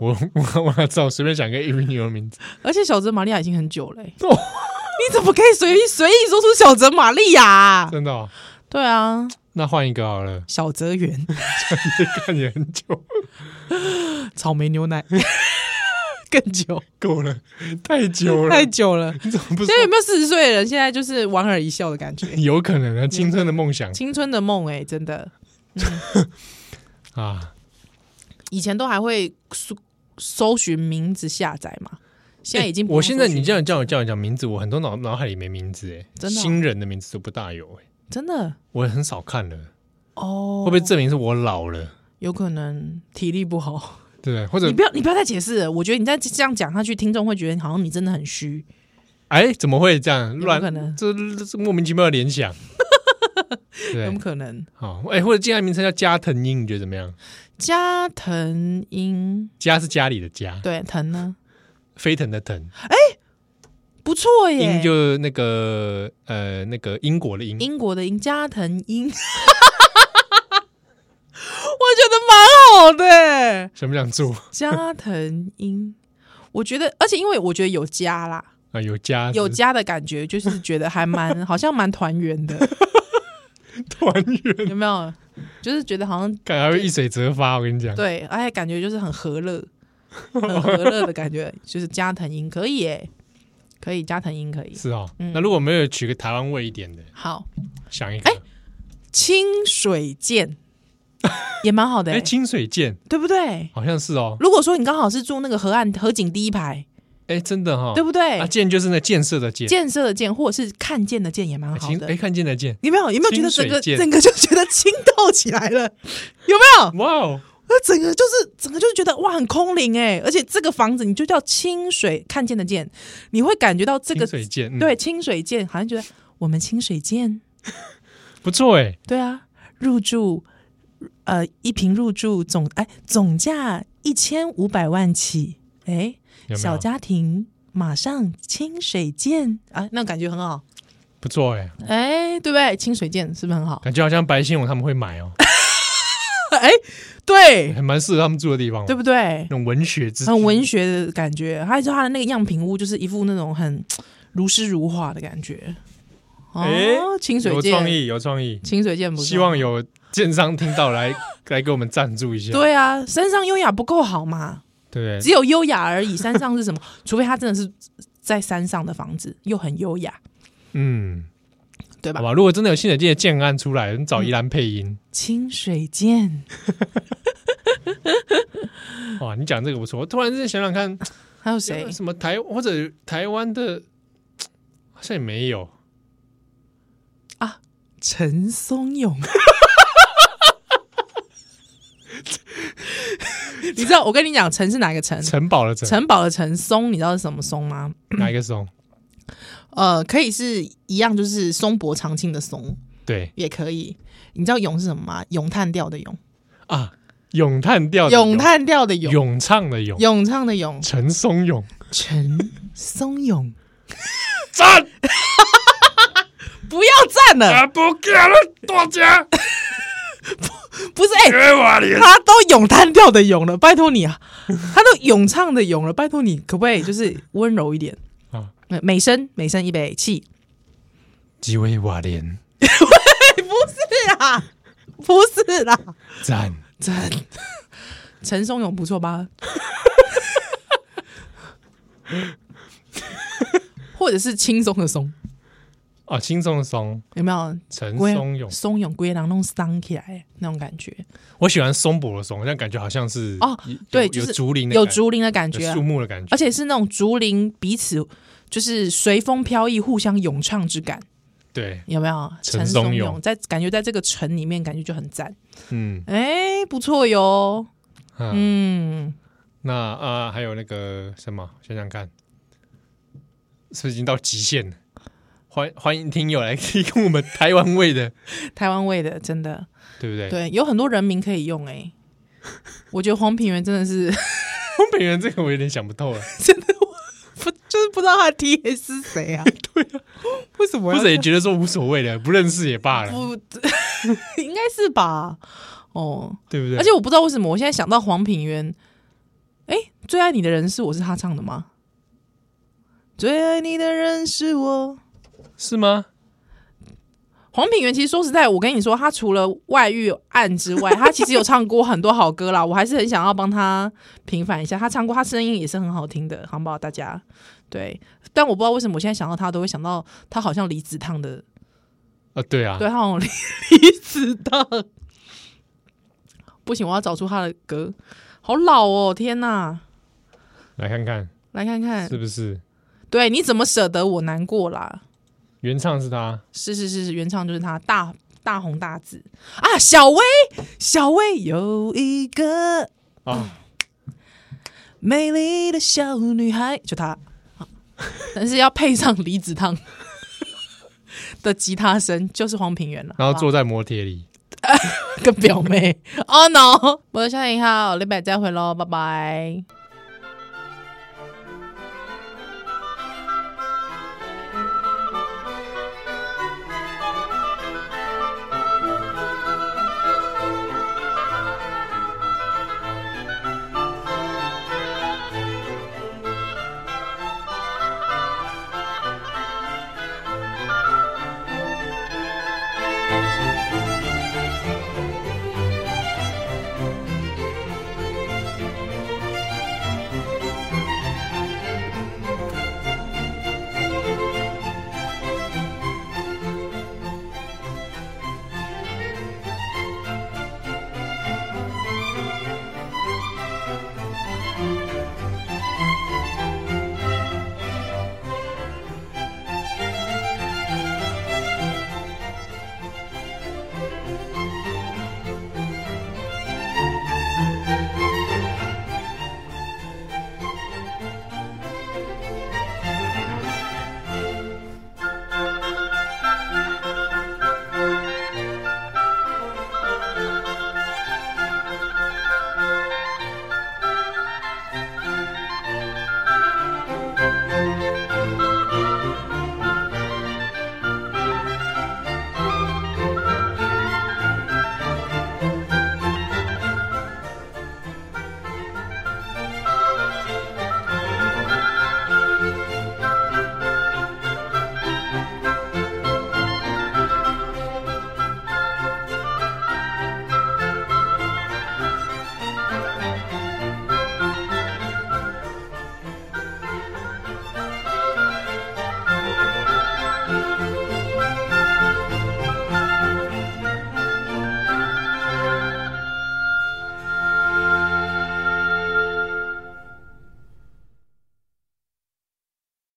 Speaker 1: 我我我哪知道，随便想个 AV 女优名字。
Speaker 2: 而且小泽玛利亚已经很久了欸、
Speaker 1: 哦
Speaker 2: 你怎么可以随意 随意说出小泽玛利亚啊、
Speaker 1: 真的、哦？
Speaker 2: 对啊，，
Speaker 1: 那换一个好了
Speaker 2: 小 泽园。
Speaker 1: 看你很久，
Speaker 2: 草莓牛奶， 更久，
Speaker 1: 够了，太久了
Speaker 2: 太。久了。
Speaker 1: 你怎么不
Speaker 2: 现
Speaker 1: 说
Speaker 2: 在？有没有四十岁的人，现在就是莞尔一笑的感觉？
Speaker 1: 有可能啊，青春的梦想
Speaker 2: 青春的梦，哎，真的，
Speaker 1: 啊！
Speaker 2: 以前都还会搜搜寻名字下载嘛，现在已经
Speaker 1: 欸
Speaker 2: 不用
Speaker 1: 我现在
Speaker 2: 搜寻
Speaker 1: 你这样叫我叫我讲名字，我很多脑脑海里没名字哎，
Speaker 2: 真的哦
Speaker 1: 新人的名字都不大有哎，
Speaker 2: 真的
Speaker 1: 我很少看了，
Speaker 2: 哦，
Speaker 1: 会不会证明是我老了？
Speaker 2: 有可能体力不好？
Speaker 1: 对不对？或者
Speaker 2: 你不要你不要再解释了，我觉得你再这样讲下去，听众会觉得好像你真的很虚，
Speaker 1: 哎，怎么会这样
Speaker 2: 有没有
Speaker 1: 乱
Speaker 2: 可？能？
Speaker 1: 这这这莫名其妙的联 想。
Speaker 2: 有
Speaker 1: 对
Speaker 2: 没有，可能？
Speaker 1: 好，哎、或者竟然名称叫加藤鹰，你觉得怎么样？
Speaker 2: 加藤鹰
Speaker 1: 家是家里的家，
Speaker 2: 对藤呢？
Speaker 1: 飞腾的腾，
Speaker 2: 不错耶
Speaker 1: 鹰，就是那个呃那个英国的英，
Speaker 2: 英国的英加藤 英，我觉得蛮好的欸
Speaker 1: 想不想住
Speaker 2: 加藤英。我觉得，而且因为我觉得有家啦，
Speaker 1: 啊？有家
Speaker 2: 有家的感觉，就是觉得还蛮好像蛮团圆的，
Speaker 1: 团圆，
Speaker 2: 有没有？就是觉得好像
Speaker 1: 感觉还会一水则发。我跟你讲，
Speaker 2: 对，而且感觉就是很和乐，很和乐的感觉，就是加藤英可以耶，可以加藤英可以。
Speaker 1: 是哦。
Speaker 2: 嗯
Speaker 1: 那如果没有取个台湾味一点的，
Speaker 2: 好，
Speaker 1: 想一个，
Speaker 2: 哎清水剑 也蛮好的
Speaker 1: 哎、
Speaker 2: 耶，
Speaker 1: 清水剑
Speaker 2: 对不对？
Speaker 1: 好像是哦，
Speaker 2: 如果说你刚好是住那个河岸河景第一排，
Speaker 1: 哎、真的哈、
Speaker 2: 对不对？
Speaker 1: 啊，建就是那建设的建，
Speaker 2: 建设的建，或者是看见的见，也蛮
Speaker 1: 哎
Speaker 2: 好
Speaker 1: 清
Speaker 2: 的。
Speaker 1: 哎、看见的见，
Speaker 2: 有没有？有没有觉得整个
Speaker 1: 清水剑
Speaker 2: 整个就觉得清透起来了？有没有？
Speaker 1: 哇哦，
Speaker 2: 那整个就是整个就是觉得哇，很空灵哎！而且这个房子你就叫清水看见的见，你会感觉到这
Speaker 1: 清
Speaker 2: 个
Speaker 1: 水剑，嗯
Speaker 2: 对清水见，好像觉得我们清水见
Speaker 1: 不错哎，
Speaker 2: 对啊，入住呃一瓶入住总哎总价一千五百万起，哎，
Speaker 1: 有没有
Speaker 2: 小家庭马上清水见啊，那感觉很好，
Speaker 1: 不错哎，
Speaker 2: 哎，对不对？清水见是不是很好？
Speaker 1: 感觉好像白先勇他们会买哦，
Speaker 2: 哎，对
Speaker 1: 还蛮适合他们住的地方哦，
Speaker 2: 对不对
Speaker 1: 那？种文学之
Speaker 2: 很
Speaker 1: 居
Speaker 2: 文学的感觉，还有就它的那个样品屋，就是一副那种很如诗如画的感觉。
Speaker 1: 哎
Speaker 2: 哦，清水
Speaker 1: 有
Speaker 2: 见，
Speaker 1: 创意，有创意，
Speaker 2: 清水见不错
Speaker 1: 希望有建商听到来 来给我们赞助一下，
Speaker 2: 对啊，山上优雅不够好嘛，
Speaker 1: 对不
Speaker 2: 只
Speaker 1: 对？
Speaker 2: 有优雅而已。山上是 什么？除非它真的是在山上的房子，又很优雅，
Speaker 1: 嗯，
Speaker 2: 对吧
Speaker 1: 好？吧，如果真的有新水界的建案出来，你找宜兰配音，
Speaker 2: 清水见，嗯
Speaker 1: 哇，你讲这个不错，我突然之间想想看，
Speaker 2: 还有谁
Speaker 1: 有？什么台或者台湾的，好像也没有，
Speaker 2: 陈松 勇。你知道我跟你讲，陈是哪个陈？
Speaker 1: 城堡的城，
Speaker 2: 城嗯堡的城，松你知道是什么松吗？
Speaker 1: 哪一个松？
Speaker 2: 呃，可以是一样，就是松柏长青的松，
Speaker 1: 对
Speaker 2: 也可以。你知道咏是什么吗？咏叹调的咏，
Speaker 1: 啊，咏叹调的
Speaker 2: 咏叹调的哦咏，
Speaker 1: 咏唱的咏，
Speaker 2: 咏唱的咏，
Speaker 1: 陈松 勇，
Speaker 2: 陈松勇。
Speaker 1: 赞
Speaker 2: 不要站了，
Speaker 1: 啊！不给了大家，
Speaker 2: 哎不是哎、
Speaker 1: 给我脸。
Speaker 2: 他都咏叹调的咏了，拜托你啊，他都咏唱的咏了，拜托你，可不可以就是温柔一点
Speaker 1: 啊
Speaker 2: 啊？呃美声，美声一杯气，
Speaker 1: 几位瓦莲
Speaker 2: 是啊，不是啦，
Speaker 1: 赞，
Speaker 2: 真陈松勇不错吧？或者是轻松的松，
Speaker 1: 哦，轻松的松，
Speaker 2: 有没有？
Speaker 1: 陈松勇，
Speaker 2: 松勇龟狼弄桑起来那种感觉
Speaker 1: 我喜欢松柏的松，但感觉好像是
Speaker 2: 哦
Speaker 1: 有，
Speaker 2: 对，
Speaker 1: 有
Speaker 2: 就是
Speaker 1: 有竹林的
Speaker 2: 有
Speaker 1: 感觉
Speaker 2: 竹林的感觉
Speaker 1: 有
Speaker 2: 啊，
Speaker 1: 树木的感觉
Speaker 2: 而，且是那种竹林彼此就是随风飘逸、互相咏唱之感，
Speaker 1: 对，
Speaker 2: 有没有？
Speaker 1: 陈
Speaker 2: 陈
Speaker 1: 松
Speaker 2: 松
Speaker 1: 勇
Speaker 2: 勇在感觉在这个城里面，感觉就很赞。
Speaker 1: 嗯
Speaker 2: 哎、不错哟。
Speaker 1: 嗯，
Speaker 2: 嗯，
Speaker 1: 那啊，还有那个什么，想想看，是不是已经到极限了？欢欢迎听友来提供我们台湾味的，
Speaker 2: 台湾味的，真的
Speaker 1: 对不对？
Speaker 2: 啊对，有很多人名可以用哎、 我觉得黄品源真的是，
Speaker 1: 东北人这个我有点想不透了，
Speaker 2: 真的我不就是不知道他的 T A 是谁啊？ 对啊，为什么
Speaker 1: 或
Speaker 2: 要
Speaker 1: 者也觉得说无所谓了，不认识也罢了，
Speaker 2: 不？ 应该是吧？哦，
Speaker 1: 对不对？
Speaker 2: 而且我不知道为什么，我现在想到黄品源，哎，《最爱你的人是我》是他唱的吗？最爱你的人是我。
Speaker 1: 是吗？
Speaker 2: 黄品源其实说实在，我跟你说，他除了外遇案之 外，他其实有唱过很多好歌啦。我还是很想要帮他平反一下，他唱过，他声音也是很好听的，好不好？大家对，但我不知道为什么我现在想到他，都会想到他好像离子烫的，
Speaker 1: 啊，对啊，
Speaker 2: 对他好像离离子烫。不行，我要找出他的歌，好老哦，天哪！
Speaker 1: 来看看
Speaker 2: 来看看
Speaker 1: 是，不是
Speaker 2: 对，你怎么舍得我难过啦？
Speaker 1: 原唱是他，
Speaker 2: 是是是是，原唱就是他，大大红大紫啊！小薇，小薇有一个
Speaker 1: 啊，
Speaker 2: 美丽的小女孩，就她，好但是要配上离 子烫的吉他声，就是黄平原了。
Speaker 1: 然后
Speaker 2: 好
Speaker 1: 坐在摩铁里，
Speaker 2: 哦不好跟表妹，Oh no！我的小影号，礼拜再会喽，拜拜。